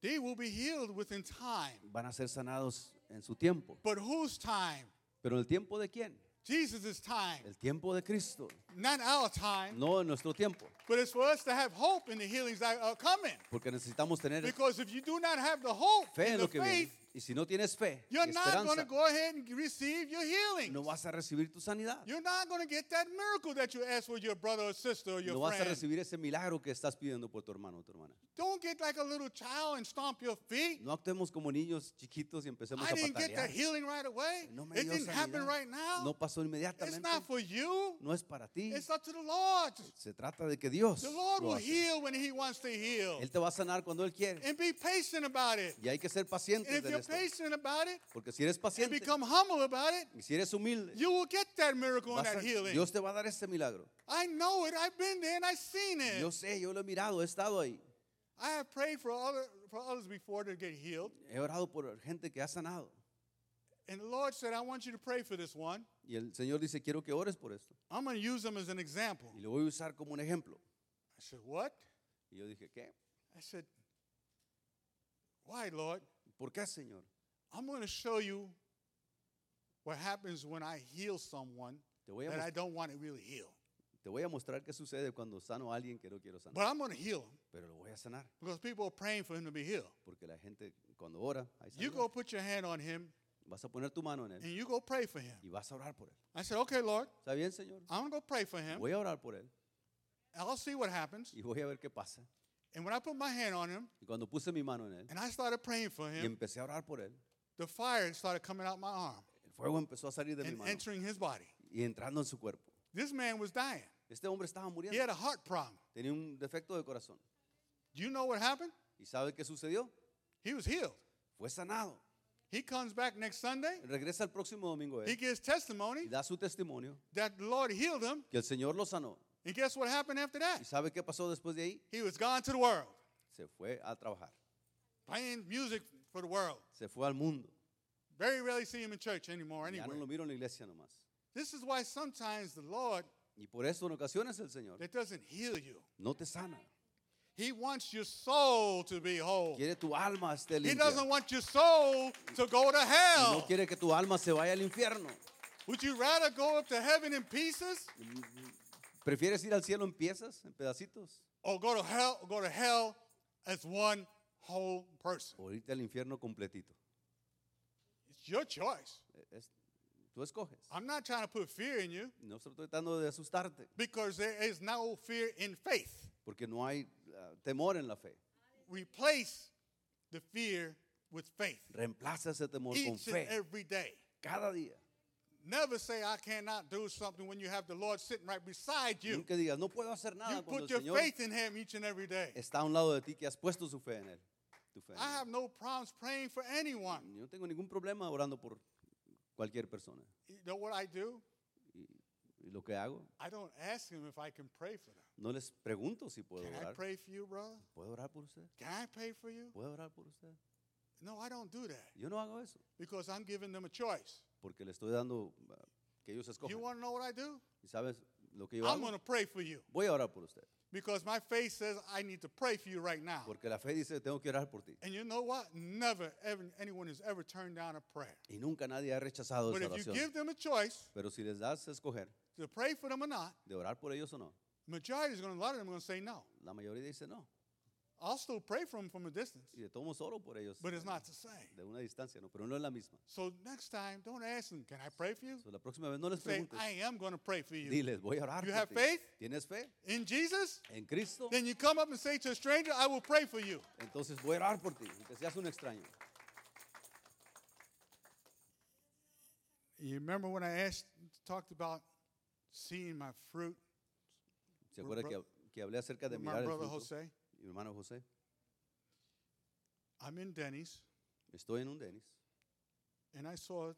Speaker 1: they will be healed within time.
Speaker 2: van a ser sanados en su tiempo.
Speaker 1: But whose time?
Speaker 2: Pero el tiempo de quién?
Speaker 1: Jesus' time,
Speaker 2: El tiempo de Cristo,
Speaker 1: not our time.
Speaker 2: no en nuestro tiempo.
Speaker 1: But it's for us to have hope in the healings that are coming.
Speaker 2: Porque necesitamos tener
Speaker 1: Because if you do not have the hope
Speaker 2: fe
Speaker 1: and
Speaker 2: en
Speaker 1: the
Speaker 2: lo que
Speaker 1: faith,
Speaker 2: viene. Y si no tienes fe, y
Speaker 1: you're not going to
Speaker 2: esperanza,
Speaker 1: go ahead and receive your healing.
Speaker 2: no vas a recibir tu sanidad.
Speaker 1: You're not going to get that miracle that you asked for your brother or sister or your
Speaker 2: No vas a
Speaker 1: friend.
Speaker 2: recibir ese milagro que estás pidiendo por tu hermano o tu hermana.
Speaker 1: Don't get like a little child and stomp your feet.
Speaker 2: No actuemos como niños chiquitos y empecemos
Speaker 1: I
Speaker 2: a
Speaker 1: didn't get that
Speaker 2: patalear.
Speaker 1: healing right away.
Speaker 2: No me
Speaker 1: it
Speaker 2: dio
Speaker 1: didn't happen
Speaker 2: sanidad.
Speaker 1: right now.
Speaker 2: No pasó
Speaker 1: it's
Speaker 2: inmediatamente.
Speaker 1: not for you.
Speaker 2: No es para ti.
Speaker 1: It's up to the Lord.
Speaker 2: Se trata de que Dios
Speaker 1: The Lord
Speaker 2: lo
Speaker 1: will
Speaker 2: hace.
Speaker 1: heal when He wants to heal.
Speaker 2: Él te va a sanar cuando Él quiere.
Speaker 1: And be patient about it.
Speaker 2: Y hay que ser
Speaker 1: And
Speaker 2: pacientes
Speaker 1: if
Speaker 2: en
Speaker 1: your
Speaker 2: esto.
Speaker 1: patient about it
Speaker 2: Porque si eres
Speaker 1: and
Speaker 2: paciente
Speaker 1: become humble about it,
Speaker 2: y si eres humilde,
Speaker 1: you will get that miracle and
Speaker 2: vas a-
Speaker 1: that healing.
Speaker 2: Dios te va a dar este milagro.
Speaker 1: I know it. I've been there and I've seen it.
Speaker 2: Yo sé, yo lo he mirado, he estado ahí.
Speaker 1: I have prayed for, other, for others before to get healed.
Speaker 2: He orado por gente que ha sanado.
Speaker 1: And the Lord said, I want you to pray for this one.
Speaker 2: Y el Señor dice, quiero que ores por esto.
Speaker 1: I'm going to use them as an example.
Speaker 2: Y lo voy a usar como un ejemplo.
Speaker 1: I said, What?
Speaker 2: Y yo dije, ¿qué?
Speaker 1: I said, Why, Lord?
Speaker 2: ¿Por qué, Señor?
Speaker 1: I'm going to show you what happens when I heal someone
Speaker 2: Te voy a,
Speaker 1: that I
Speaker 2: mos-
Speaker 1: don't want to really heal.
Speaker 2: te voy a mostrar qué sucede cuando sano a alguien que no quiero sanar.
Speaker 1: But I'm going to heal him
Speaker 2: Pero lo voy a sanar.
Speaker 1: because people are praying for him to be healed.
Speaker 2: Porque la gente cuando ora, ahí
Speaker 1: You
Speaker 2: sanidad.
Speaker 1: go put your hand on him
Speaker 2: vas a poner tu mano en él
Speaker 1: and you go pray for him.
Speaker 2: y vas a orar por él.
Speaker 1: I said, Okay, Lord,
Speaker 2: ¿Está bien, Señor?
Speaker 1: I'm going to go pray for him.
Speaker 2: Voy a orar por él
Speaker 1: I'll see what happens.
Speaker 2: y voy a ver qué pasa.
Speaker 1: And when I put my hand on him
Speaker 2: Y cuando puse mi mano en él
Speaker 1: and I started praying for
Speaker 2: y
Speaker 1: him,
Speaker 2: empecé a orar por él,
Speaker 1: the fire started coming out my arm
Speaker 2: el fuego empezó a salir de mi
Speaker 1: and
Speaker 2: mano
Speaker 1: entering his body.
Speaker 2: y entrando en su cuerpo.
Speaker 1: This man was dying.
Speaker 2: Este hombre estaba
Speaker 1: He
Speaker 2: muriendo.
Speaker 1: had a heart problem.
Speaker 2: Tenía un defecto de corazón.
Speaker 1: Do you know what happened?
Speaker 2: ¿Y sabe qué sucedió?
Speaker 1: He was healed.
Speaker 2: Fue sanado.
Speaker 1: He comes back next Sunday.
Speaker 2: Regresa el próximo domingo
Speaker 1: He
Speaker 2: él
Speaker 1: gives
Speaker 2: y
Speaker 1: testimony
Speaker 2: da su testimonio
Speaker 1: that the Lord healed him.
Speaker 2: que el Señor lo sanó.
Speaker 1: And guess what happened after that?
Speaker 2: ¿Y sabe qué pasó después de ahí?
Speaker 1: He was gone to the world,
Speaker 2: Se fue a trabajar.
Speaker 1: playing music for the world.
Speaker 2: Se fue al mundo.
Speaker 1: Very rarely see him in church anymore,
Speaker 2: Ya no
Speaker 1: anyway.
Speaker 2: lo miro en la iglesia nomás.
Speaker 1: This is why sometimes the Lord
Speaker 2: Y por eso en ocasiones el Señor
Speaker 1: that doesn't heal you.
Speaker 2: no te sana.
Speaker 1: He wants your soul to be whole.
Speaker 2: Quiere tu alma esté
Speaker 1: He
Speaker 2: limpia.
Speaker 1: doesn't want your soul to go to
Speaker 2: Y no
Speaker 1: hell.
Speaker 2: quiere que tu alma se vaya al infierno.
Speaker 1: Would you rather go up to heaven in pieces
Speaker 2: ¿Prefieres ir al cielo en piezas, en pedacitos?
Speaker 1: or go to hell go to hell as one whole person?
Speaker 2: ¿O irte al infierno completito?
Speaker 1: It's your choice.
Speaker 2: E- es- tú escoges.
Speaker 1: I'm not trying to put fear in you
Speaker 2: No estoy tratando de asustarte,
Speaker 1: because there is no fear in faith.
Speaker 2: porque no hay ah, temor en la fe.
Speaker 1: Replace the fear with faith
Speaker 2: Reemplaza ese temor con
Speaker 1: each and
Speaker 2: fe
Speaker 1: every day.
Speaker 2: cada día.
Speaker 1: Never say I cannot do something when you have the Lord sitting right beside you.
Speaker 2: Nunca digas, no puedo hacer
Speaker 1: You
Speaker 2: nada
Speaker 1: put
Speaker 2: cuando el
Speaker 1: your
Speaker 2: Señor
Speaker 1: faith in him each and every day.
Speaker 2: está a un lado de ti que has puesto su fe en Él. Tu fe en
Speaker 1: I
Speaker 2: él.
Speaker 1: have no problems praying for anyone.
Speaker 2: Yo no tengo ningún problema orando por cualquier persona.
Speaker 1: You know what I do?
Speaker 2: Y lo que hago,
Speaker 1: I don't ask him if I can pray for them.
Speaker 2: no les pregunto si puedo
Speaker 1: Can I
Speaker 2: orar.
Speaker 1: pray for you, brother?
Speaker 2: ¿Puedo orar por usted?
Speaker 1: Can I pray for you?
Speaker 2: ¿Puedo orar por usted?
Speaker 1: No, I don't do that
Speaker 2: Yo no hago eso,
Speaker 1: because I'm giving them a choice.
Speaker 2: porque le estoy dando ah, que ellos
Speaker 1: You
Speaker 2: escojan.
Speaker 1: want to know what I do?
Speaker 2: ¿Y sabes lo que yo
Speaker 1: I'm
Speaker 2: hago?
Speaker 1: going to pray for you
Speaker 2: Voy a orar por usted,
Speaker 1: because my faith says I need to pray for you right now.
Speaker 2: porque la fe dice, tengo que orar por ti.
Speaker 1: And you know what? Never, ever, anyone has ever turned down a prayer.
Speaker 2: Y nunca nadie ha rechazado
Speaker 1: But
Speaker 2: esa
Speaker 1: if you
Speaker 2: oración.
Speaker 1: give them a choice
Speaker 2: Pero si les das a escoger
Speaker 1: to pray for them or not,
Speaker 2: de orar por ellos o no,
Speaker 1: majority is going to, a lot of them are going to say no.
Speaker 2: la mayoría dice no.
Speaker 1: I'll still pray for them from a distance,
Speaker 2: Y de todos modos oro por ellos
Speaker 1: but it's not the same.
Speaker 2: de una distancia, no, pero no es la misma.
Speaker 1: So next time, don't ask them, can I pray for you?
Speaker 2: So, la próxima vez no les
Speaker 1: Say,
Speaker 2: preguntes.
Speaker 1: I am going to pray for you.
Speaker 2: Diles, voy a orar
Speaker 1: You
Speaker 2: por
Speaker 1: have
Speaker 2: ti.
Speaker 1: faith?
Speaker 2: ¿Tienes fe
Speaker 1: In Jesus?
Speaker 2: en Cristo?
Speaker 1: Then you come up and say to a stranger, I will pray for you.
Speaker 2: Entonces voy a orar por ti, aunque seas un extraño.
Speaker 1: You remember when I asked, talked about seeing my fruit
Speaker 2: ¿Se acuerda que, que hablé acerca de
Speaker 1: with my
Speaker 2: mirar el
Speaker 1: brother
Speaker 2: fruto?
Speaker 1: Jose?
Speaker 2: Mi hermano José,
Speaker 1: I'm in Denny's
Speaker 2: estoy en un Denis
Speaker 1: and I saw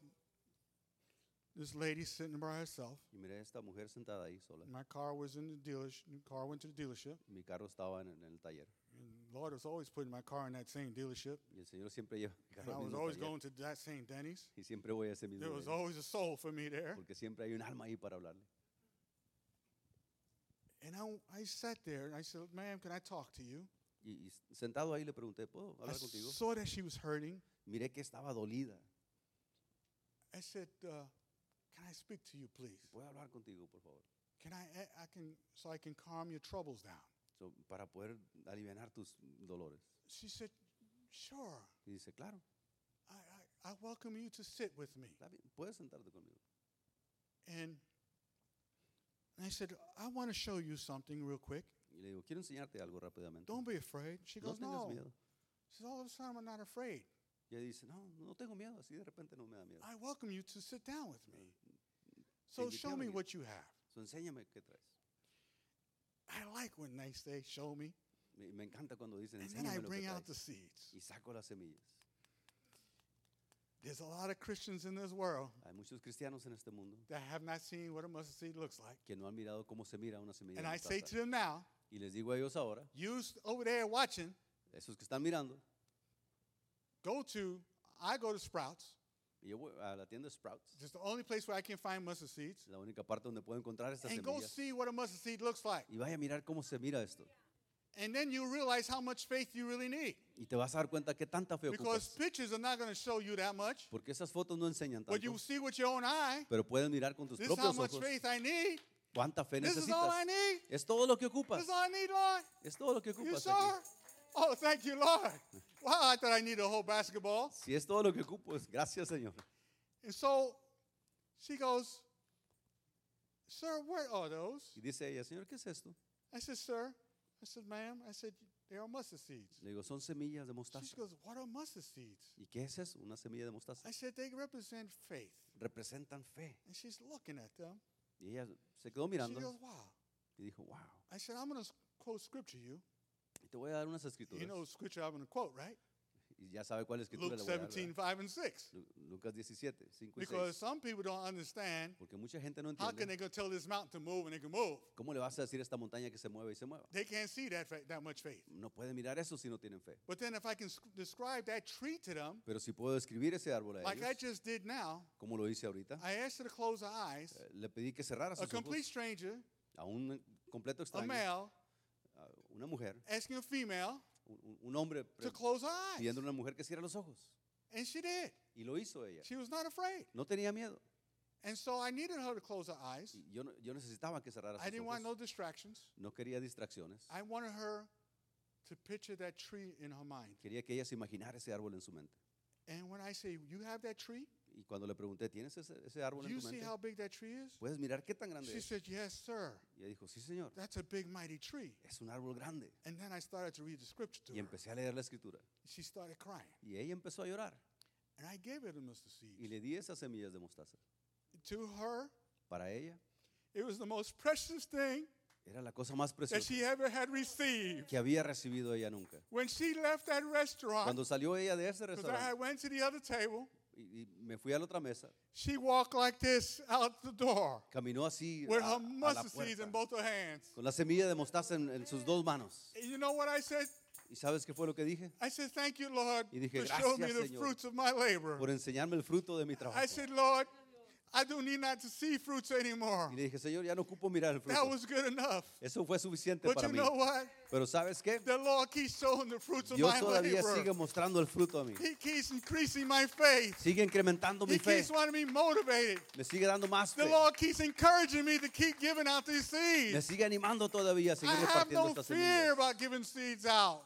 Speaker 1: this lady sitting by herself.
Speaker 2: y miré a esta mujer sentada ahí sola.
Speaker 1: My car was in the dealership. Car went to the dealership.
Speaker 2: Mi carro estaba en, en el taller
Speaker 1: And the Lord was always putting my car in that same dealership.
Speaker 2: y el Señor siempre lleva mi
Speaker 1: And
Speaker 2: carro
Speaker 1: I
Speaker 2: al
Speaker 1: was
Speaker 2: mismo
Speaker 1: always
Speaker 2: taller.
Speaker 1: going to that same Denny's.
Speaker 2: y siempre voy a ese mismo
Speaker 1: There was
Speaker 2: Denis,
Speaker 1: always a soul for me there.
Speaker 2: porque siempre hay un alma ahí para hablarle.
Speaker 1: And I, I sat there and I said, Ma'am, can I talk to you?
Speaker 2: Y, y sentado ahí le pregunté, ¿puedo
Speaker 1: I
Speaker 2: hablar contigo?
Speaker 1: saw that she was hurting.
Speaker 2: Miré que estaba dolida.
Speaker 1: I said, uh, Can I speak to you, please?
Speaker 2: ¿Puedo hablar contigo, por favor?
Speaker 1: Can I, I- I can, so I can calm your troubles down.
Speaker 2: So, para poder aliviar tus dolores.
Speaker 1: She said, sure.
Speaker 2: Y dice, claro,
Speaker 1: I, I, I welcome you to sit with me.
Speaker 2: está bien, puedes sentarte conmigo.
Speaker 1: And I said, I want to show you something real quick.
Speaker 2: Y le digo, quiero enseñarte algo rápidamente.
Speaker 1: Don't be afraid. She
Speaker 2: no
Speaker 1: goes,
Speaker 2: tengas
Speaker 1: no.
Speaker 2: miedo.
Speaker 1: She says, all of a sudden, I'm not afraid.
Speaker 2: Y ella dice, no, no tengo miedo, así de repente no me da miedo.
Speaker 1: I welcome you to sit down with me. So
Speaker 2: Te
Speaker 1: show me
Speaker 2: invitaron.
Speaker 1: what you have.
Speaker 2: So, enséñame qué traes.
Speaker 1: I like when they say, show me.
Speaker 2: Me, me encanta cuando dicen,
Speaker 1: And then I
Speaker 2: enséñame lo que
Speaker 1: bring out
Speaker 2: traes.
Speaker 1: the seeds.
Speaker 2: Y saco las semillas.
Speaker 1: There's a lot of Christians in this world
Speaker 2: Hay muchos cristianos en este mundo
Speaker 1: that have not seen what a mustard seed looks like.
Speaker 2: que no han mirado cómo se mira una semilla.
Speaker 1: And
Speaker 2: de
Speaker 1: I say
Speaker 2: mostaza.
Speaker 1: to them now,
Speaker 2: Y les digo a ellos ahora,
Speaker 1: you s- over there watching,
Speaker 2: esos que están mirando,
Speaker 1: go to, I go to Sprouts.
Speaker 2: y yo voy a la tienda Sprouts,
Speaker 1: It's the only place where I can find mustard seeds.
Speaker 2: la única parte donde puedo encontrar estas
Speaker 1: And go
Speaker 2: semillas,
Speaker 1: see what a mustard seed looks like.
Speaker 2: y vaya a mirar cómo se mira esto.
Speaker 1: And then you realize how much faith you really need.
Speaker 2: Y te vas a dar cuenta que tanta fe
Speaker 1: Because
Speaker 2: ocupas.
Speaker 1: pictures are not going to show you that much.
Speaker 2: Porque esas fotos no enseñan
Speaker 1: But you
Speaker 2: tanto,
Speaker 1: see with your own eye,
Speaker 2: pero puedes mirar con tus
Speaker 1: this is how
Speaker 2: propios
Speaker 1: much
Speaker 2: ojos
Speaker 1: faith I need.
Speaker 2: cuánta fe
Speaker 1: This is all I
Speaker 2: necesitas.
Speaker 1: need.
Speaker 2: Es todo lo que
Speaker 1: This
Speaker 2: ocupas.
Speaker 1: is all I need, Lord.
Speaker 2: Es todo lo que
Speaker 1: You
Speaker 2: ocupas.
Speaker 1: sure?
Speaker 2: aquí.
Speaker 1: Oh, thank you, Lord. Wow, I thought I needed a whole basketball.
Speaker 2: Si es todo lo que ocupo, es gracias, Señor.
Speaker 1: And so she goes, Sir, what are those?
Speaker 2: Y dice ella, Señor, ¿qué es esto?
Speaker 1: I said, Sir. I said, Ma'am. I said, They are mustard seeds.
Speaker 2: Le digo, son semillas de
Speaker 1: She
Speaker 2: mostaza.
Speaker 1: goes, What are mustard seeds?
Speaker 2: ¿Y qué es eso? Una semilla de mostaza.
Speaker 1: I said, They represent faith.
Speaker 2: Representan fe.
Speaker 1: And she's looking at them.
Speaker 2: Y ella se quedó
Speaker 1: She goes,
Speaker 2: mirando
Speaker 1: Wow.
Speaker 2: y dijo, wow.
Speaker 1: I said, I'm going to quote scripture you.
Speaker 2: Y te voy a dar unas
Speaker 1: You know
Speaker 2: escrituras.
Speaker 1: scripture I'm going to quote, right?
Speaker 2: Y ya sabe cuál escritura
Speaker 1: Luke
Speaker 2: le voy a dar.
Speaker 1: 17, 5 and 6.
Speaker 2: ¿verdad? Lu- Lucas 17, 5 y
Speaker 1: Because
Speaker 2: 6.
Speaker 1: some people don't understand
Speaker 2: Porque mucha gente no
Speaker 1: how can they
Speaker 2: entiende.
Speaker 1: go tell this mountain to move and it can move?
Speaker 2: ¿Cómo le vas a decir a esta montaña que se mueva y se mueva?
Speaker 1: They can't see that, fa- that much faith.
Speaker 2: No puede mirar eso si no tienen fe.
Speaker 1: But then if I can s- describe that tree to them,
Speaker 2: Pero si puedo describir ese árbol a
Speaker 1: like I
Speaker 2: ellos,
Speaker 1: just did now,
Speaker 2: como lo hice ahorita,
Speaker 1: I asked her to close her eyes.
Speaker 2: eh, le pedí que cerrara
Speaker 1: A
Speaker 2: sus ojos
Speaker 1: complete stranger,
Speaker 2: a un completo
Speaker 1: a
Speaker 2: extraño,
Speaker 1: male,
Speaker 2: a una mujer,
Speaker 1: asking a female
Speaker 2: un- un, un hombre
Speaker 1: to
Speaker 2: pre-
Speaker 1: close her eyes.
Speaker 2: pidiendo a una mujer que cierre los ojos.
Speaker 1: And she did.
Speaker 2: Y lo hizo ella.
Speaker 1: She was not afraid.
Speaker 2: No tenía miedo.
Speaker 1: And so I needed her to close her eyes.
Speaker 2: Y Yo, no- yo necesitaba que cerrara
Speaker 1: I
Speaker 2: sus
Speaker 1: didn't want no
Speaker 2: ojos.
Speaker 1: distractions.
Speaker 2: No quería distracciones.
Speaker 1: I wanted her to picture that tree in her mind.
Speaker 2: Quería que ella se imaginara ese árbol en su mente.
Speaker 1: And when I say, You have that tree?
Speaker 2: Y cuando le pregunté, ¿tienes ese, ese árbol
Speaker 1: Do
Speaker 2: en
Speaker 1: you
Speaker 2: tu
Speaker 1: see
Speaker 2: mente?
Speaker 1: how big that tree is?
Speaker 2: ¿Puedes mirar qué tan grande
Speaker 1: She
Speaker 2: es?
Speaker 1: said, Yes, sir.
Speaker 2: Y ella dijo, sí, señor,
Speaker 1: That's a big, mighty tree.
Speaker 2: es un árbol grande.
Speaker 1: And then I started to read the scripture to
Speaker 2: Y
Speaker 1: her.
Speaker 2: empecé a leer la escritura.
Speaker 1: She started crying.
Speaker 2: Y ella empezó a llorar.
Speaker 1: And I gave her the mustard
Speaker 2: Y
Speaker 1: seed.
Speaker 2: le di esas semillas de mostaza.
Speaker 1: To her,
Speaker 2: Para ella
Speaker 1: it was the most precious thing
Speaker 2: era la cosa más
Speaker 1: that
Speaker 2: preciosa
Speaker 1: she ever had received.
Speaker 2: que había recibido ella nunca.
Speaker 1: When she left that restaurant,
Speaker 2: Cuando salió ella de ese
Speaker 1: because I
Speaker 2: restaurante
Speaker 1: had went to the other table,
Speaker 2: y, y me fui a la otra mesa,
Speaker 1: she walked like this out the door
Speaker 2: caminó así
Speaker 1: with
Speaker 2: a,
Speaker 1: her
Speaker 2: a la
Speaker 1: mustard seeds in
Speaker 2: puerta,
Speaker 1: both her hands.
Speaker 2: con la semilla de mostaza en, en sus dos manos.
Speaker 1: And you know what I said?
Speaker 2: ¿Y sabes qué fue lo que dije?
Speaker 1: I said, Thank you, Lord,
Speaker 2: Y dije,
Speaker 1: for showing me
Speaker 2: "Gracias,
Speaker 1: the
Speaker 2: Señor,
Speaker 1: fruits of my labor.
Speaker 2: Por enseñarme el fruto de mi trabajo.
Speaker 1: I said, Lord, I don't need not to see fruits anymore.
Speaker 2: Y le dije, Señor, ya no ocupo mirar el
Speaker 1: That
Speaker 2: fruto.
Speaker 1: was good enough.
Speaker 2: Eso fue suficiente
Speaker 1: But
Speaker 2: para
Speaker 1: you
Speaker 2: mí.
Speaker 1: know what?
Speaker 2: Pero ¿sabes qué?
Speaker 1: The Lord keeps showing the fruits of
Speaker 2: Dios
Speaker 1: my
Speaker 2: todavía sigue
Speaker 1: labor.
Speaker 2: mostrando el fruto a mí.
Speaker 1: He keeps increasing my faith.
Speaker 2: Sigue incrementando mi
Speaker 1: He
Speaker 2: fe.
Speaker 1: keeps wanting me motivated.
Speaker 2: Me sigue dando más
Speaker 1: The
Speaker 2: fe.
Speaker 1: Lord keeps encouraging me to keep giving out these
Speaker 2: Me
Speaker 1: seeds.
Speaker 2: sigue animando todavía a
Speaker 1: I
Speaker 2: seguir
Speaker 1: have
Speaker 2: repartiendo
Speaker 1: no
Speaker 2: estas
Speaker 1: fear
Speaker 2: semillas.
Speaker 1: about giving seeds out.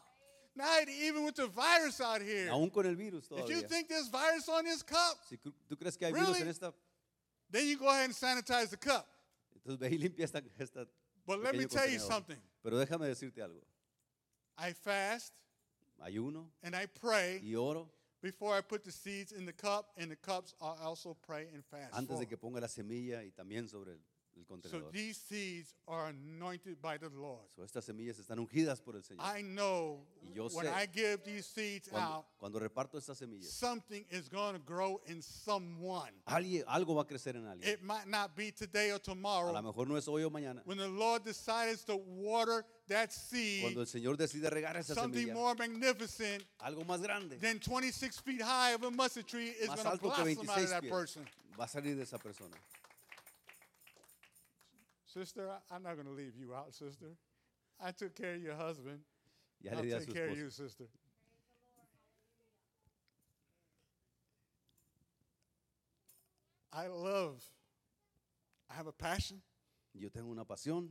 Speaker 1: Not even with the virus out here.
Speaker 2: Aún con el virus
Speaker 1: If you
Speaker 2: todavía.
Speaker 1: think there's virus on this cup,
Speaker 2: Si cru- tú crees que hay virus
Speaker 1: Really?
Speaker 2: en esta,
Speaker 1: then you go ahead and sanitize the cup.
Speaker 2: entonces ve y limpia esta. esta
Speaker 1: But let me
Speaker 2: pequeño
Speaker 1: tell you
Speaker 2: contenedor.
Speaker 1: something.
Speaker 2: Pero déjame decirte algo.
Speaker 1: I fast
Speaker 2: Ayuno
Speaker 1: and I pray
Speaker 2: y oro
Speaker 1: before I put the seeds in the cup, and the cups I also pray and fast.
Speaker 2: antes de que
Speaker 1: for.
Speaker 2: ponga la semilla y también sobre el, el
Speaker 1: So
Speaker 2: contenedor.
Speaker 1: these seeds are anointed by the Lord.
Speaker 2: So, estas semillas están ungidas por el Señor.
Speaker 1: I know
Speaker 2: Y yo
Speaker 1: when
Speaker 2: sé
Speaker 1: I give these seeds out,
Speaker 2: Cuando, cuando reparto estas semillas,
Speaker 1: something is going to grow in someone.
Speaker 2: alguien, algo va a crecer en alguien.
Speaker 1: It might not be today or
Speaker 2: A lo
Speaker 1: tomorrow.
Speaker 2: mejor no es hoy o mañana.
Speaker 1: When the Lord decides to water that
Speaker 2: Cuando
Speaker 1: seed,
Speaker 2: el Señor decide regar esa
Speaker 1: something
Speaker 2: semilla,
Speaker 1: more magnificent
Speaker 2: algo más grande,
Speaker 1: than 26 feet high of a mustard tree is
Speaker 2: más
Speaker 1: going to
Speaker 2: alto que
Speaker 1: blossom out of
Speaker 2: 26
Speaker 1: that
Speaker 2: pies,
Speaker 1: person.
Speaker 2: va a salir de esa persona.
Speaker 1: Sister, I- I'm not going to leave you out, sister. I took care of your husband.
Speaker 2: Ya
Speaker 1: I'll
Speaker 2: le di a su
Speaker 1: take care of
Speaker 2: esposo.
Speaker 1: you, sister. I love, I have a passion
Speaker 2: Yo tengo una pasión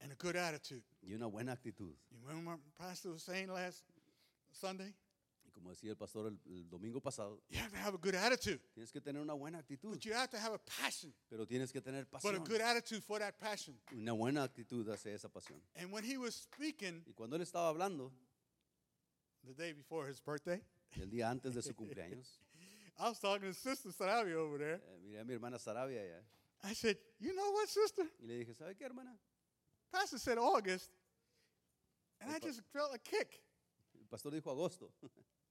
Speaker 1: and a good attitude.
Speaker 2: y una buena actitud.
Speaker 1: You remember what Pastor was saying last Sunday?
Speaker 2: Y como decía el pastor el, el domingo pasado,
Speaker 1: You have to have a good attitude,
Speaker 2: tienes que tener una buena actitud,
Speaker 1: but you have to have a passion,
Speaker 2: pero tienes que tener
Speaker 1: but a
Speaker 2: pasión.
Speaker 1: good attitude for that passion.
Speaker 2: Una buena actitud hacia esa pasión.
Speaker 1: And when he was speaking
Speaker 2: Y cuando él estaba hablando,
Speaker 1: the day before his birthday,
Speaker 2: el día antes de su cumpleaños,
Speaker 1: I was talking to Sister Sarabia over there.
Speaker 2: eh, miré a mi hermana Sarabia allá,
Speaker 1: I said, You know what, sister?
Speaker 2: y le dije, ¿sabe qué, hermana?
Speaker 1: Pastor said August, and I
Speaker 2: Epa.
Speaker 1: just felt a kick.
Speaker 2: El pastor dijo agosto.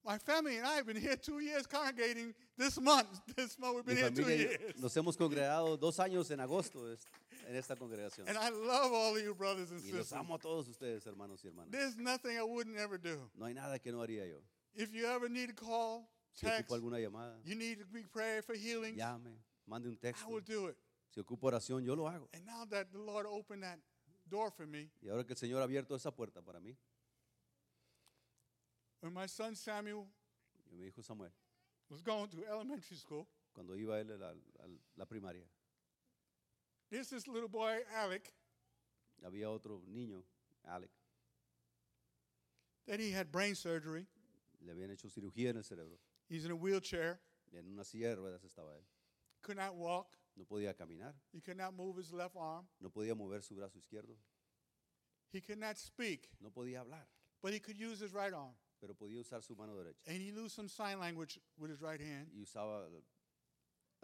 Speaker 1: My family and I have been here two years congregating this month. This month we've
Speaker 2: Mi
Speaker 1: been here two
Speaker 2: familia y-
Speaker 1: years.
Speaker 2: nos hemos congregado dos años en agosto es- en esta congregación.
Speaker 1: And I love all of you brothers and
Speaker 2: Y los
Speaker 1: sisters.
Speaker 2: amo a todos ustedes, hermanos y hermanas.
Speaker 1: There's nothing I wouldn't ever do.
Speaker 2: No hay nada que no haría yo.
Speaker 1: If you ever need a call,
Speaker 2: Si
Speaker 1: text,
Speaker 2: ocupo alguna llamada,
Speaker 1: you need to be prayed for healing, I
Speaker 2: llame, mande un texto.
Speaker 1: will do it.
Speaker 2: Si ocupo oración, yo lo hago.
Speaker 1: And now that the Lord opened that door for me,
Speaker 2: Y ahora que el Señor ha abierto esa puerta para mí,
Speaker 1: when my son Samuel
Speaker 2: y mi hijo Samuel,
Speaker 1: was going through elementary school,
Speaker 2: cuando iba él a la, a la primaria,
Speaker 1: there's this little boy, Alec,
Speaker 2: había otro niño, Alec,
Speaker 1: that he had brain surgery.
Speaker 2: le habían hecho cirugía en el cerebro.
Speaker 1: He's in a wheelchair,
Speaker 2: En una silla de ruedas estaba él.
Speaker 1: could not walk,
Speaker 2: No podía caminar,
Speaker 1: he could not move his left arm,
Speaker 2: no podía mover su brazo izquierdo,
Speaker 1: he could not speak,
Speaker 2: no podía hablar,
Speaker 1: but he could use his right arm.
Speaker 2: pero podía usar su mano derecha.
Speaker 1: And he knew some sign language with his right hand,
Speaker 2: Y usaba,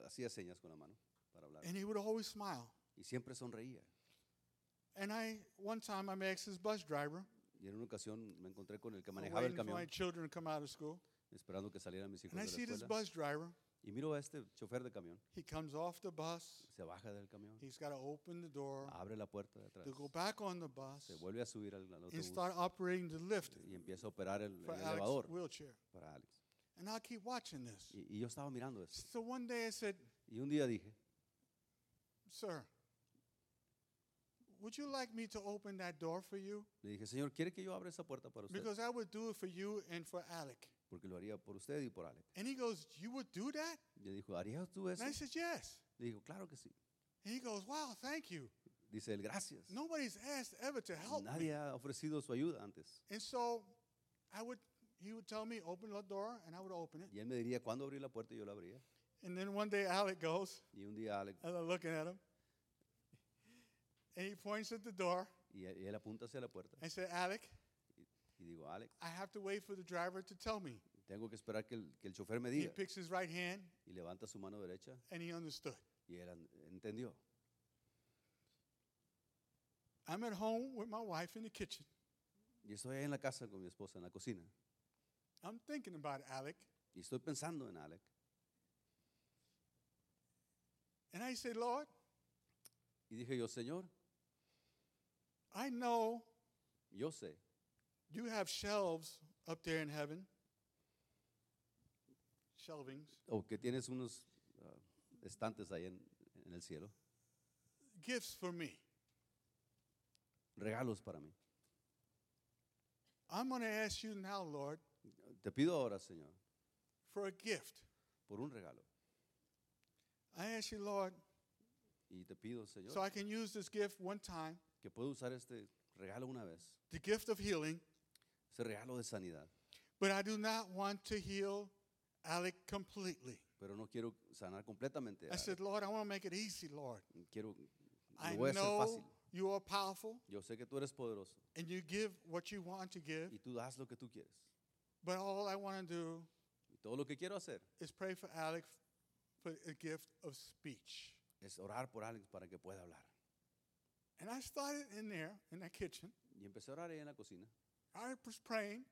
Speaker 2: hacía señas con la mano para hablar.
Speaker 1: and he would always smile.
Speaker 2: Y siempre sonreía.
Speaker 1: And I, one time, I asked his bus driver,
Speaker 2: Y en una ocasión me encontré con el que
Speaker 1: I'm
Speaker 2: manejaba el
Speaker 1: waiting for my
Speaker 2: camión,
Speaker 1: children to come out of school,
Speaker 2: esperando que salieran mis hijos
Speaker 1: and I see
Speaker 2: de la
Speaker 1: this
Speaker 2: escuela.
Speaker 1: bus driver.
Speaker 2: Y miro a este chofer de camión.
Speaker 1: He comes off the bus.
Speaker 2: Se baja del camión,
Speaker 1: He's got to open the door
Speaker 2: abre la puerta de atrás,
Speaker 1: to go back on the bus
Speaker 2: se vuelve a subir al, al
Speaker 1: and
Speaker 2: autobús
Speaker 1: start operating the lift
Speaker 2: y empieza a operar el,
Speaker 1: for
Speaker 2: el
Speaker 1: Alex's
Speaker 2: elevador
Speaker 1: wheelchair.
Speaker 2: para Alex.
Speaker 1: And I'll keep watching this.
Speaker 2: Y, y yo estaba mirando eso.
Speaker 1: So one day I said,
Speaker 2: Y un día dije,
Speaker 1: Sir, would you like me to open that door for you?
Speaker 2: le dije, Señor, ¿quiere que yo abra esa puerta para usted?
Speaker 1: Because I would do it for you and for Alec.
Speaker 2: Porque lo haría por usted y por Alex.
Speaker 1: And he goes, You would do that?
Speaker 2: Y él dijo, ¿harías tú eso?
Speaker 1: And I said, Yes.
Speaker 2: Le digo, claro que sí.
Speaker 1: And he goes, Wow, thank you.
Speaker 2: Dice él, gracias.
Speaker 1: Nobody's asked ever to help me.
Speaker 2: Nadie ha ofrecido su ayuda antes.
Speaker 1: And so I would, he would tell me, Open the door, and I would open it.
Speaker 2: Y él me diría, ¿cuándo abrir la puerta? Y yo la abría.
Speaker 1: And then one day Alec goes,
Speaker 2: Y un día Alex,
Speaker 1: and I'm looking at him. And he points at the door
Speaker 2: y él y él apunta hacia la puerta.
Speaker 1: and said, Alec,
Speaker 2: Y digo, Alex,
Speaker 1: I have to wait for the driver to tell me.
Speaker 2: tengo que esperar que el, que el chofer me
Speaker 1: He
Speaker 2: diga.
Speaker 1: picks his right hand
Speaker 2: Y levanta su mano derecha
Speaker 1: and he understood.
Speaker 2: y él an- entendió.
Speaker 1: I'm at home with my wife in the kitchen.
Speaker 2: Y estoy ahí en la casa con mi esposa, en la cocina.
Speaker 1: I'm thinking about Alec.
Speaker 2: Y estoy pensando en Alex.
Speaker 1: And I say, Lord,
Speaker 2: Y dije yo, Señor,
Speaker 1: I know
Speaker 2: yo sé
Speaker 1: you have shelves up there in heaven. Shelvings.
Speaker 2: o que tienes unos ah, estantes ahí en, en el cielo,
Speaker 1: Gifts for me.
Speaker 2: regalos para mí.
Speaker 1: I'm going to ask you now, Lord,
Speaker 2: Te pido ahora, Señor,
Speaker 1: for a gift.
Speaker 2: por un regalo.
Speaker 1: I ask you, Lord,
Speaker 2: Y te pido, Señor,
Speaker 1: so I can use this gift one time,
Speaker 2: que pueda usar este regalo una vez,
Speaker 1: the gift of healing,
Speaker 2: ese regalo de sanidad.
Speaker 1: but I do not want to heal Alec completely.
Speaker 2: Pero no quiero sanar completamente.
Speaker 1: I
Speaker 2: a Alex.
Speaker 1: said, Lord, I want to make it easy, Lord.
Speaker 2: Quiero,
Speaker 1: I
Speaker 2: lo voy a hacer
Speaker 1: know
Speaker 2: fácil.
Speaker 1: you are powerful
Speaker 2: Yo sé que tú eres poderoso
Speaker 1: and you give what you want to give,
Speaker 2: y tú das lo que tú quieres.
Speaker 1: but all I want to do
Speaker 2: Y todo lo que quiero hacer
Speaker 1: is pray for Alec for a gift of speech.
Speaker 2: es orar por Alex para que pueda hablar.
Speaker 1: And I started in there in that kitchen.
Speaker 2: Y empecé a orar ahí en la cocina.
Speaker 1: I was praying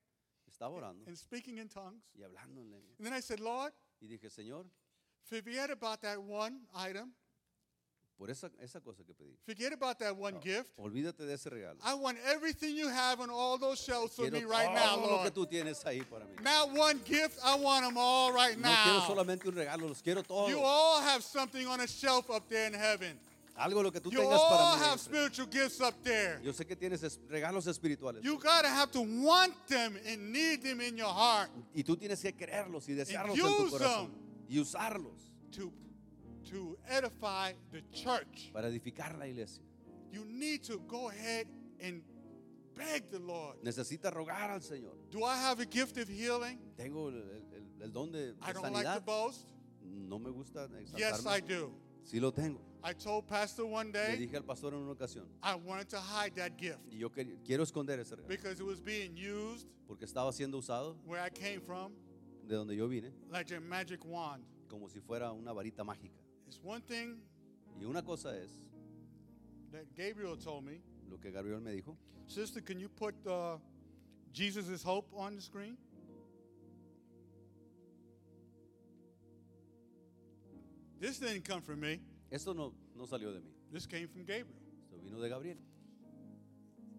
Speaker 2: Estaba orando
Speaker 1: and speaking in tongues.
Speaker 2: y hablando en lengua.
Speaker 1: And then I said, Lord,
Speaker 2: Y dije, Señor,
Speaker 1: forget about that one item,
Speaker 2: por esa, esa cosa que pedí,
Speaker 1: forget about that
Speaker 2: Oh.
Speaker 1: one gift.
Speaker 2: olvídate de ese regalo.
Speaker 1: I want everything you have on all those shelves for
Speaker 2: Quiero
Speaker 1: me right now,
Speaker 2: todo lo que
Speaker 1: Lord.
Speaker 2: tú tienes ahí para mí.
Speaker 1: Not one gift, I want them all right
Speaker 2: No quiero
Speaker 1: now.
Speaker 2: solamente un regalo, los quiero todos.
Speaker 1: You all have something on a shelf up there in heaven.
Speaker 2: Algo lo que tú
Speaker 1: You
Speaker 2: tengas para
Speaker 1: all
Speaker 2: mí.
Speaker 1: have
Speaker 2: Efraín.
Speaker 1: spiritual gifts up there.
Speaker 2: Yo sé que tienes es- regalos espirituales.
Speaker 1: You gotta have to want them and need them in your heart
Speaker 2: Y tú tienes que quererlos y desearlos
Speaker 1: And
Speaker 2: en tu
Speaker 1: use
Speaker 2: corazón. Y usarlos
Speaker 1: to to edify the church.
Speaker 2: para edificar la iglesia.
Speaker 1: You need to go ahead and beg the Lord.
Speaker 2: Necesitas rogar al Señor.
Speaker 1: Do I have a gift of healing?
Speaker 2: Tengo el, el- el- el don de, de
Speaker 1: I don't like to
Speaker 2: sanidad.
Speaker 1: boast.
Speaker 2: no me gusta
Speaker 1: Yes, I
Speaker 2: exaltarme.
Speaker 1: do.
Speaker 2: Sí lo tengo.
Speaker 1: I told Pastor one
Speaker 2: Le
Speaker 1: day
Speaker 2: dije al pastor en una ocasión.
Speaker 1: I wanted to hide that gift
Speaker 2: Y yo quer- quiero esconder ese regalo.
Speaker 1: because it was being used
Speaker 2: Porque estaba siendo usado
Speaker 1: where I came from
Speaker 2: de donde yo vine
Speaker 1: like a magic wand.
Speaker 2: como si fuera una varita mágica.
Speaker 1: It's one thing
Speaker 2: Y una cosa es
Speaker 1: that Gabriel told me.
Speaker 2: lo que Gabriel me dijo.
Speaker 1: Sister, can you put uh, Jesus' hope on the screen? This didn't come from me,
Speaker 2: Esto no, no salió de mí,
Speaker 1: this came from Gabriel.
Speaker 2: esto vino de Gabriel.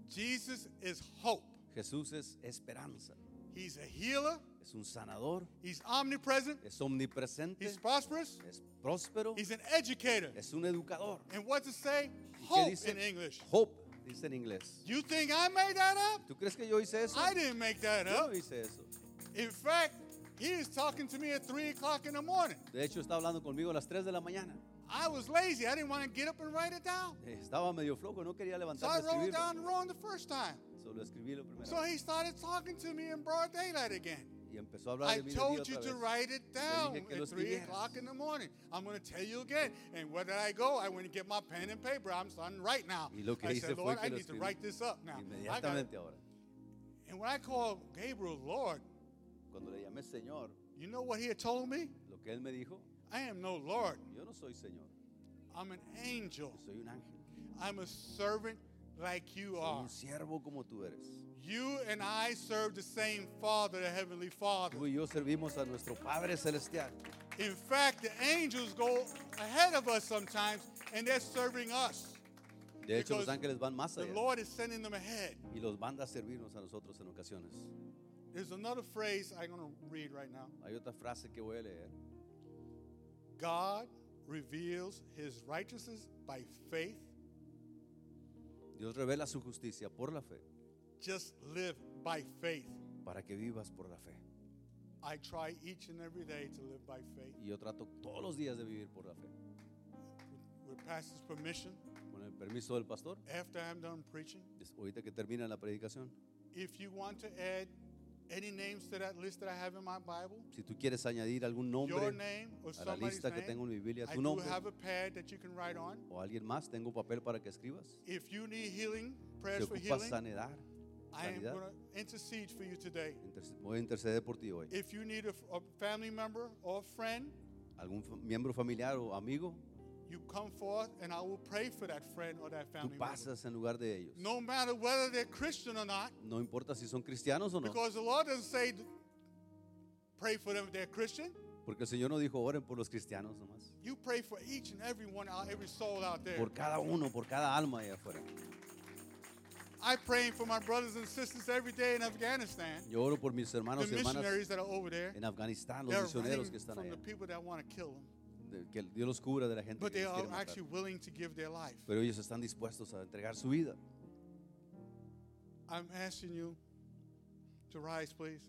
Speaker 1: Jesus is hope.
Speaker 2: Jesús es esperanza,
Speaker 1: He's a healer,
Speaker 2: es un sanador,
Speaker 1: he's omnipresent,
Speaker 2: es omnipresente,
Speaker 1: he's prosperous,
Speaker 2: es próspero,
Speaker 1: he's an educator.
Speaker 2: es un educador.
Speaker 1: And what to say?
Speaker 2: ¿Y qué
Speaker 1: Hope
Speaker 2: dice?
Speaker 1: in English.
Speaker 2: Hope, dice en inglés.
Speaker 1: You think I made that up?
Speaker 2: ¿Tú crees que yo hice eso?
Speaker 1: I didn't make that
Speaker 2: Yo
Speaker 1: up.
Speaker 2: no hice eso.
Speaker 1: In fact, he was talking to me at 3 o'clock in the morning.
Speaker 2: De hecho, está hablando conmigo a las 3 de la mañana.
Speaker 1: I was lazy. I didn't want to get up and write it down.
Speaker 2: Eh, Estaba medio flojo, no quería
Speaker 1: So I
Speaker 2: levantarme a
Speaker 1: wrote it
Speaker 2: escribirlo.
Speaker 1: down wrong the first time.
Speaker 2: Solo escribí lo primero.
Speaker 1: So he started talking to me in broad daylight again.
Speaker 2: Y empezó a hablar
Speaker 1: I
Speaker 2: de mí de mí
Speaker 1: told you
Speaker 2: otra
Speaker 1: to
Speaker 2: vez.
Speaker 1: write it down
Speaker 2: que lo
Speaker 1: at 3
Speaker 2: escribieras.
Speaker 1: o'clock in the morning. I'm going to tell you again. And where did I go? I went to get my pen and paper. I'm starting right now.
Speaker 2: Y lo que
Speaker 1: I
Speaker 2: hice
Speaker 1: said,
Speaker 2: fue
Speaker 1: Lord,
Speaker 2: que
Speaker 1: I
Speaker 2: lo
Speaker 1: need to
Speaker 2: escribí
Speaker 1: write this up now. I gotta-"
Speaker 2: Inmediatamente ahora.
Speaker 1: and when I called Gabriel Lord,
Speaker 2: Cuando le llamé Señor,
Speaker 1: you know what he had told me?
Speaker 2: lo que él me dijo,
Speaker 1: I am no Lord.
Speaker 2: yo no soy Señor,
Speaker 1: I'm an angel.
Speaker 2: yo soy un ángel,
Speaker 1: I'm a servant like you
Speaker 2: soy
Speaker 1: are.
Speaker 2: un siervo como tú eres.
Speaker 1: You and I serve the same Father, the Heavenly Father.
Speaker 2: Tú y yo servimos a nuestro Padre Celestial.
Speaker 1: In fact, the angels go ahead of us sometimes, and they're serving us.
Speaker 2: De hecho, los
Speaker 1: Because
Speaker 2: ángeles van más
Speaker 1: The
Speaker 2: allá
Speaker 1: Lord is sending them ahead.
Speaker 2: y los manda a servirnos a nosotros en ocasiones.
Speaker 1: There's another phrase I'm going to read right now
Speaker 2: Hay otra frase que voy a leer.
Speaker 1: God reveals his righteousness by faith.
Speaker 2: Dios revela su justicia por la fe,
Speaker 1: Just live by faith.
Speaker 2: para que vivas por la fe.
Speaker 1: I try each and every day to live by faith.
Speaker 2: Y yo trato todos los días de vivir por la fe.
Speaker 1: With Pastor's permission,
Speaker 2: Con el permiso del pastor,
Speaker 1: after I'm done preaching,
Speaker 2: des- ahorita que termina la predicación,
Speaker 1: if you want to add any names to that list that I have in my Bible,
Speaker 2: si tú quieres añadir algún
Speaker 1: your
Speaker 2: nombre
Speaker 1: name or
Speaker 2: a la
Speaker 1: somebody's
Speaker 2: lista que tengo en
Speaker 1: name,
Speaker 2: mi Biblia,
Speaker 1: I
Speaker 2: tu
Speaker 1: do
Speaker 2: nombre
Speaker 1: have a pad that you can write on.
Speaker 2: o alguien más, tengo papel para que escribas.
Speaker 1: If you need healing,
Speaker 2: Si
Speaker 1: prayers for
Speaker 2: ocupas
Speaker 1: healing,
Speaker 2: sanidad,
Speaker 1: I am
Speaker 2: sanidad,
Speaker 1: going to intercede for you today.
Speaker 2: interce- voy a interceder por ti hoy.
Speaker 1: If you need a, f- a family member or a friend,
Speaker 2: Algún fa- miembro familiar o amigo,
Speaker 1: you come forth and I will pray for that friend or that
Speaker 2: tú
Speaker 1: family member.
Speaker 2: pasas en lugar de ellos.
Speaker 1: No matter whether they're Christian or not,
Speaker 2: No importa si son cristianos o no,
Speaker 1: because the Lord doesn't say th- pray for them if they're Christian.
Speaker 2: porque el Señor no dijo oren por los cristianos nomás,
Speaker 1: You pray for each and every one, out- every soul out there.
Speaker 2: por cada uno, por cada alma allá afuera.
Speaker 1: I pray for my brothers and sisters every day in Afghanistan.
Speaker 2: Yo oro por mis
Speaker 1: The
Speaker 2: hermanos y hermanas
Speaker 1: missionaries that are over there,
Speaker 2: en Afganistán, los
Speaker 1: they're
Speaker 2: misioneros
Speaker 1: running
Speaker 2: que están
Speaker 1: from
Speaker 2: allá.
Speaker 1: the people that want to kill them,
Speaker 2: de- Que Dios los cubra de la gente
Speaker 1: but
Speaker 2: que
Speaker 1: they
Speaker 2: los
Speaker 1: are
Speaker 2: quiere matar.
Speaker 1: actually willing to give their life.
Speaker 2: Pero ellos están dispuestos a entregar su vida.
Speaker 1: I'm asking you to rise, please.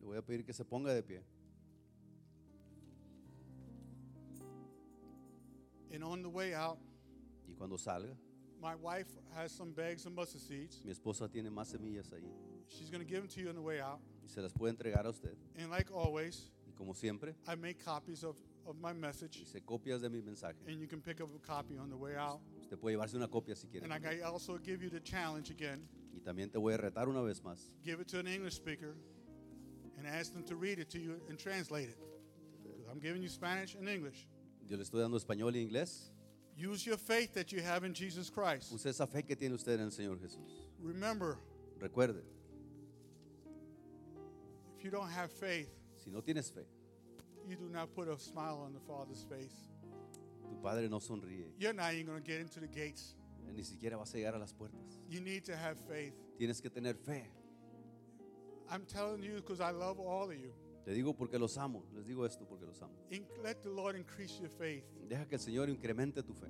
Speaker 2: Le voy a pedir que se ponga de pie.
Speaker 1: And on the way out,
Speaker 2: Y cuando salga,
Speaker 1: my wife has some bags of mustard seeds.
Speaker 2: mi esposa tiene más semillas ahí.
Speaker 1: She's going to give them to you on the way out.
Speaker 2: Y se las puede entregar a usted.
Speaker 1: And like always,
Speaker 2: Y como siempre,
Speaker 1: I make copies of, of my message,
Speaker 2: hice copias de mi mensaje.
Speaker 1: and you can pick up a copy on the way out.
Speaker 2: Usted puede llevarse una copia si quiere.
Speaker 1: And I can also give you the challenge again
Speaker 2: Y también te voy a retar una vez más.
Speaker 1: give it to an English speaker and ask them to read it to you and translate it. 'Cause I'm giving you Spanish and English.
Speaker 2: Yo le estoy dando español e inglés.
Speaker 1: Use your faith that you have in Jesus Christ.
Speaker 2: Use esa fe que tiene usted en el Señor Jesús.
Speaker 1: Remember,
Speaker 2: Recuerde,
Speaker 1: if you don't have faith,
Speaker 2: si no tienes fe,
Speaker 1: you do not put a smile on the Father's face.
Speaker 2: tu Padre no sonríe.
Speaker 1: You're not even going to get into the gates.
Speaker 2: Ni siquiera vas a llegar a las puertas.
Speaker 1: You need to have faith.
Speaker 2: Tienes que tener fe.
Speaker 1: I'm telling you because I love all of you.
Speaker 2: Te digo porque los amo. Les digo esto porque los amo.
Speaker 1: In- let the Lord increase your faith.
Speaker 2: Deja que el Señor incremente tu fe.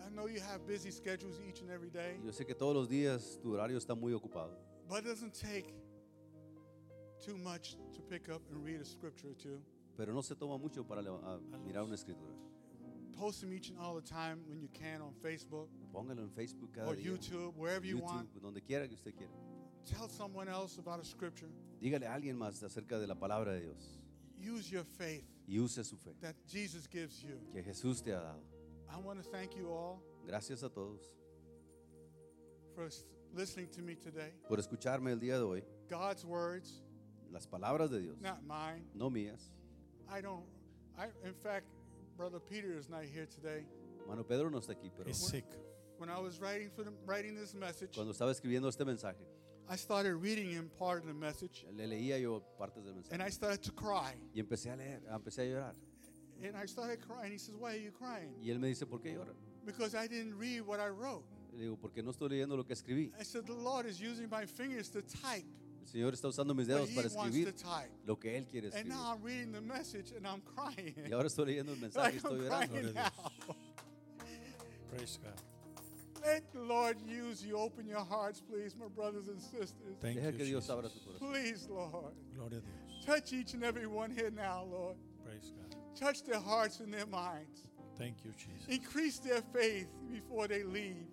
Speaker 1: I know you have busy schedules each and every day,
Speaker 2: Y Yo sé que todos los días tu horario está muy ocupado,
Speaker 1: but it doesn't take too much to pick up and read a scripture or two.
Speaker 2: pero no se toma mucho para leva- a mirar una escritura.
Speaker 1: Post them each and all the time when you can on Facebook
Speaker 2: Póngalo en Facebook cada
Speaker 1: or
Speaker 2: día,
Speaker 1: YouTube, wherever you want.
Speaker 2: YouTube, donde quiera que usted quiera.
Speaker 1: Tell someone else about a scripture.
Speaker 2: Dígale a alguien más acerca de la palabra de Dios
Speaker 1: Use your faith
Speaker 2: y use su fe
Speaker 1: that Jesus gives you.
Speaker 2: que Jesús te ha dado.
Speaker 1: I want to thank you all
Speaker 2: Gracias a todos
Speaker 1: for s- listening to me today.
Speaker 2: por escucharme el día de hoy.
Speaker 1: God's words,
Speaker 2: Las palabras de Dios,
Speaker 1: not mine.
Speaker 2: no mías.
Speaker 1: I don't. I, in fact, Brother Peter is not here today.
Speaker 2: Mano Pedro no está aquí, pero
Speaker 3: He's sick.
Speaker 1: When I was writing for the, writing this message,
Speaker 2: cuando estaba escribiendo este mensaje,
Speaker 1: I started reading him part of the message,
Speaker 2: le leía yo partes del
Speaker 1: and
Speaker 2: mensaje
Speaker 1: I started to cry.
Speaker 2: y empecé a leer, empecé a llorar.
Speaker 1: And I started crying. He says, Why are you crying?
Speaker 2: Y él me dice, ¿por qué llora?
Speaker 1: Because I didn't read what I wrote.
Speaker 2: Le digo, porque no estoy leyendo lo que escribí.
Speaker 1: I said, The Lord is using my fingers to type
Speaker 2: El Señor está usando mis
Speaker 1: what
Speaker 2: dedos
Speaker 1: He
Speaker 2: para
Speaker 1: wants to
Speaker 2: escribir
Speaker 1: type.
Speaker 2: lo que Él quiere
Speaker 1: And
Speaker 2: escribir.
Speaker 1: now I'm reading the message and I'm crying.
Speaker 2: Y ahora estoy leyendo el mensaje y
Speaker 1: Like
Speaker 2: estoy
Speaker 1: I'm
Speaker 2: llorando.
Speaker 1: crying now.
Speaker 3: Praise God.
Speaker 1: Let the Lord use you. Open your hearts, please, my brothers and sisters.
Speaker 3: Thank
Speaker 2: Deja
Speaker 3: you,
Speaker 2: que Dios
Speaker 3: Jesus.
Speaker 2: abra tu corazón.
Speaker 1: Please, Lord.
Speaker 3: Gloria a Dios.
Speaker 1: Touch each and every one here now, Lord.
Speaker 3: Praise God.
Speaker 1: Touch their hearts and their minds.
Speaker 3: Thank you, Jesus.
Speaker 1: Increase their faith before they leave.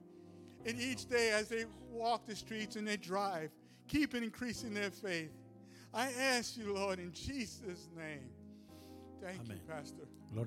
Speaker 1: And each day as they walk the streets and they drive, keep increasing their faith. I ask you, Lord, in Jesus' name. Thank you,
Speaker 3: Amen.
Speaker 1: Pastor.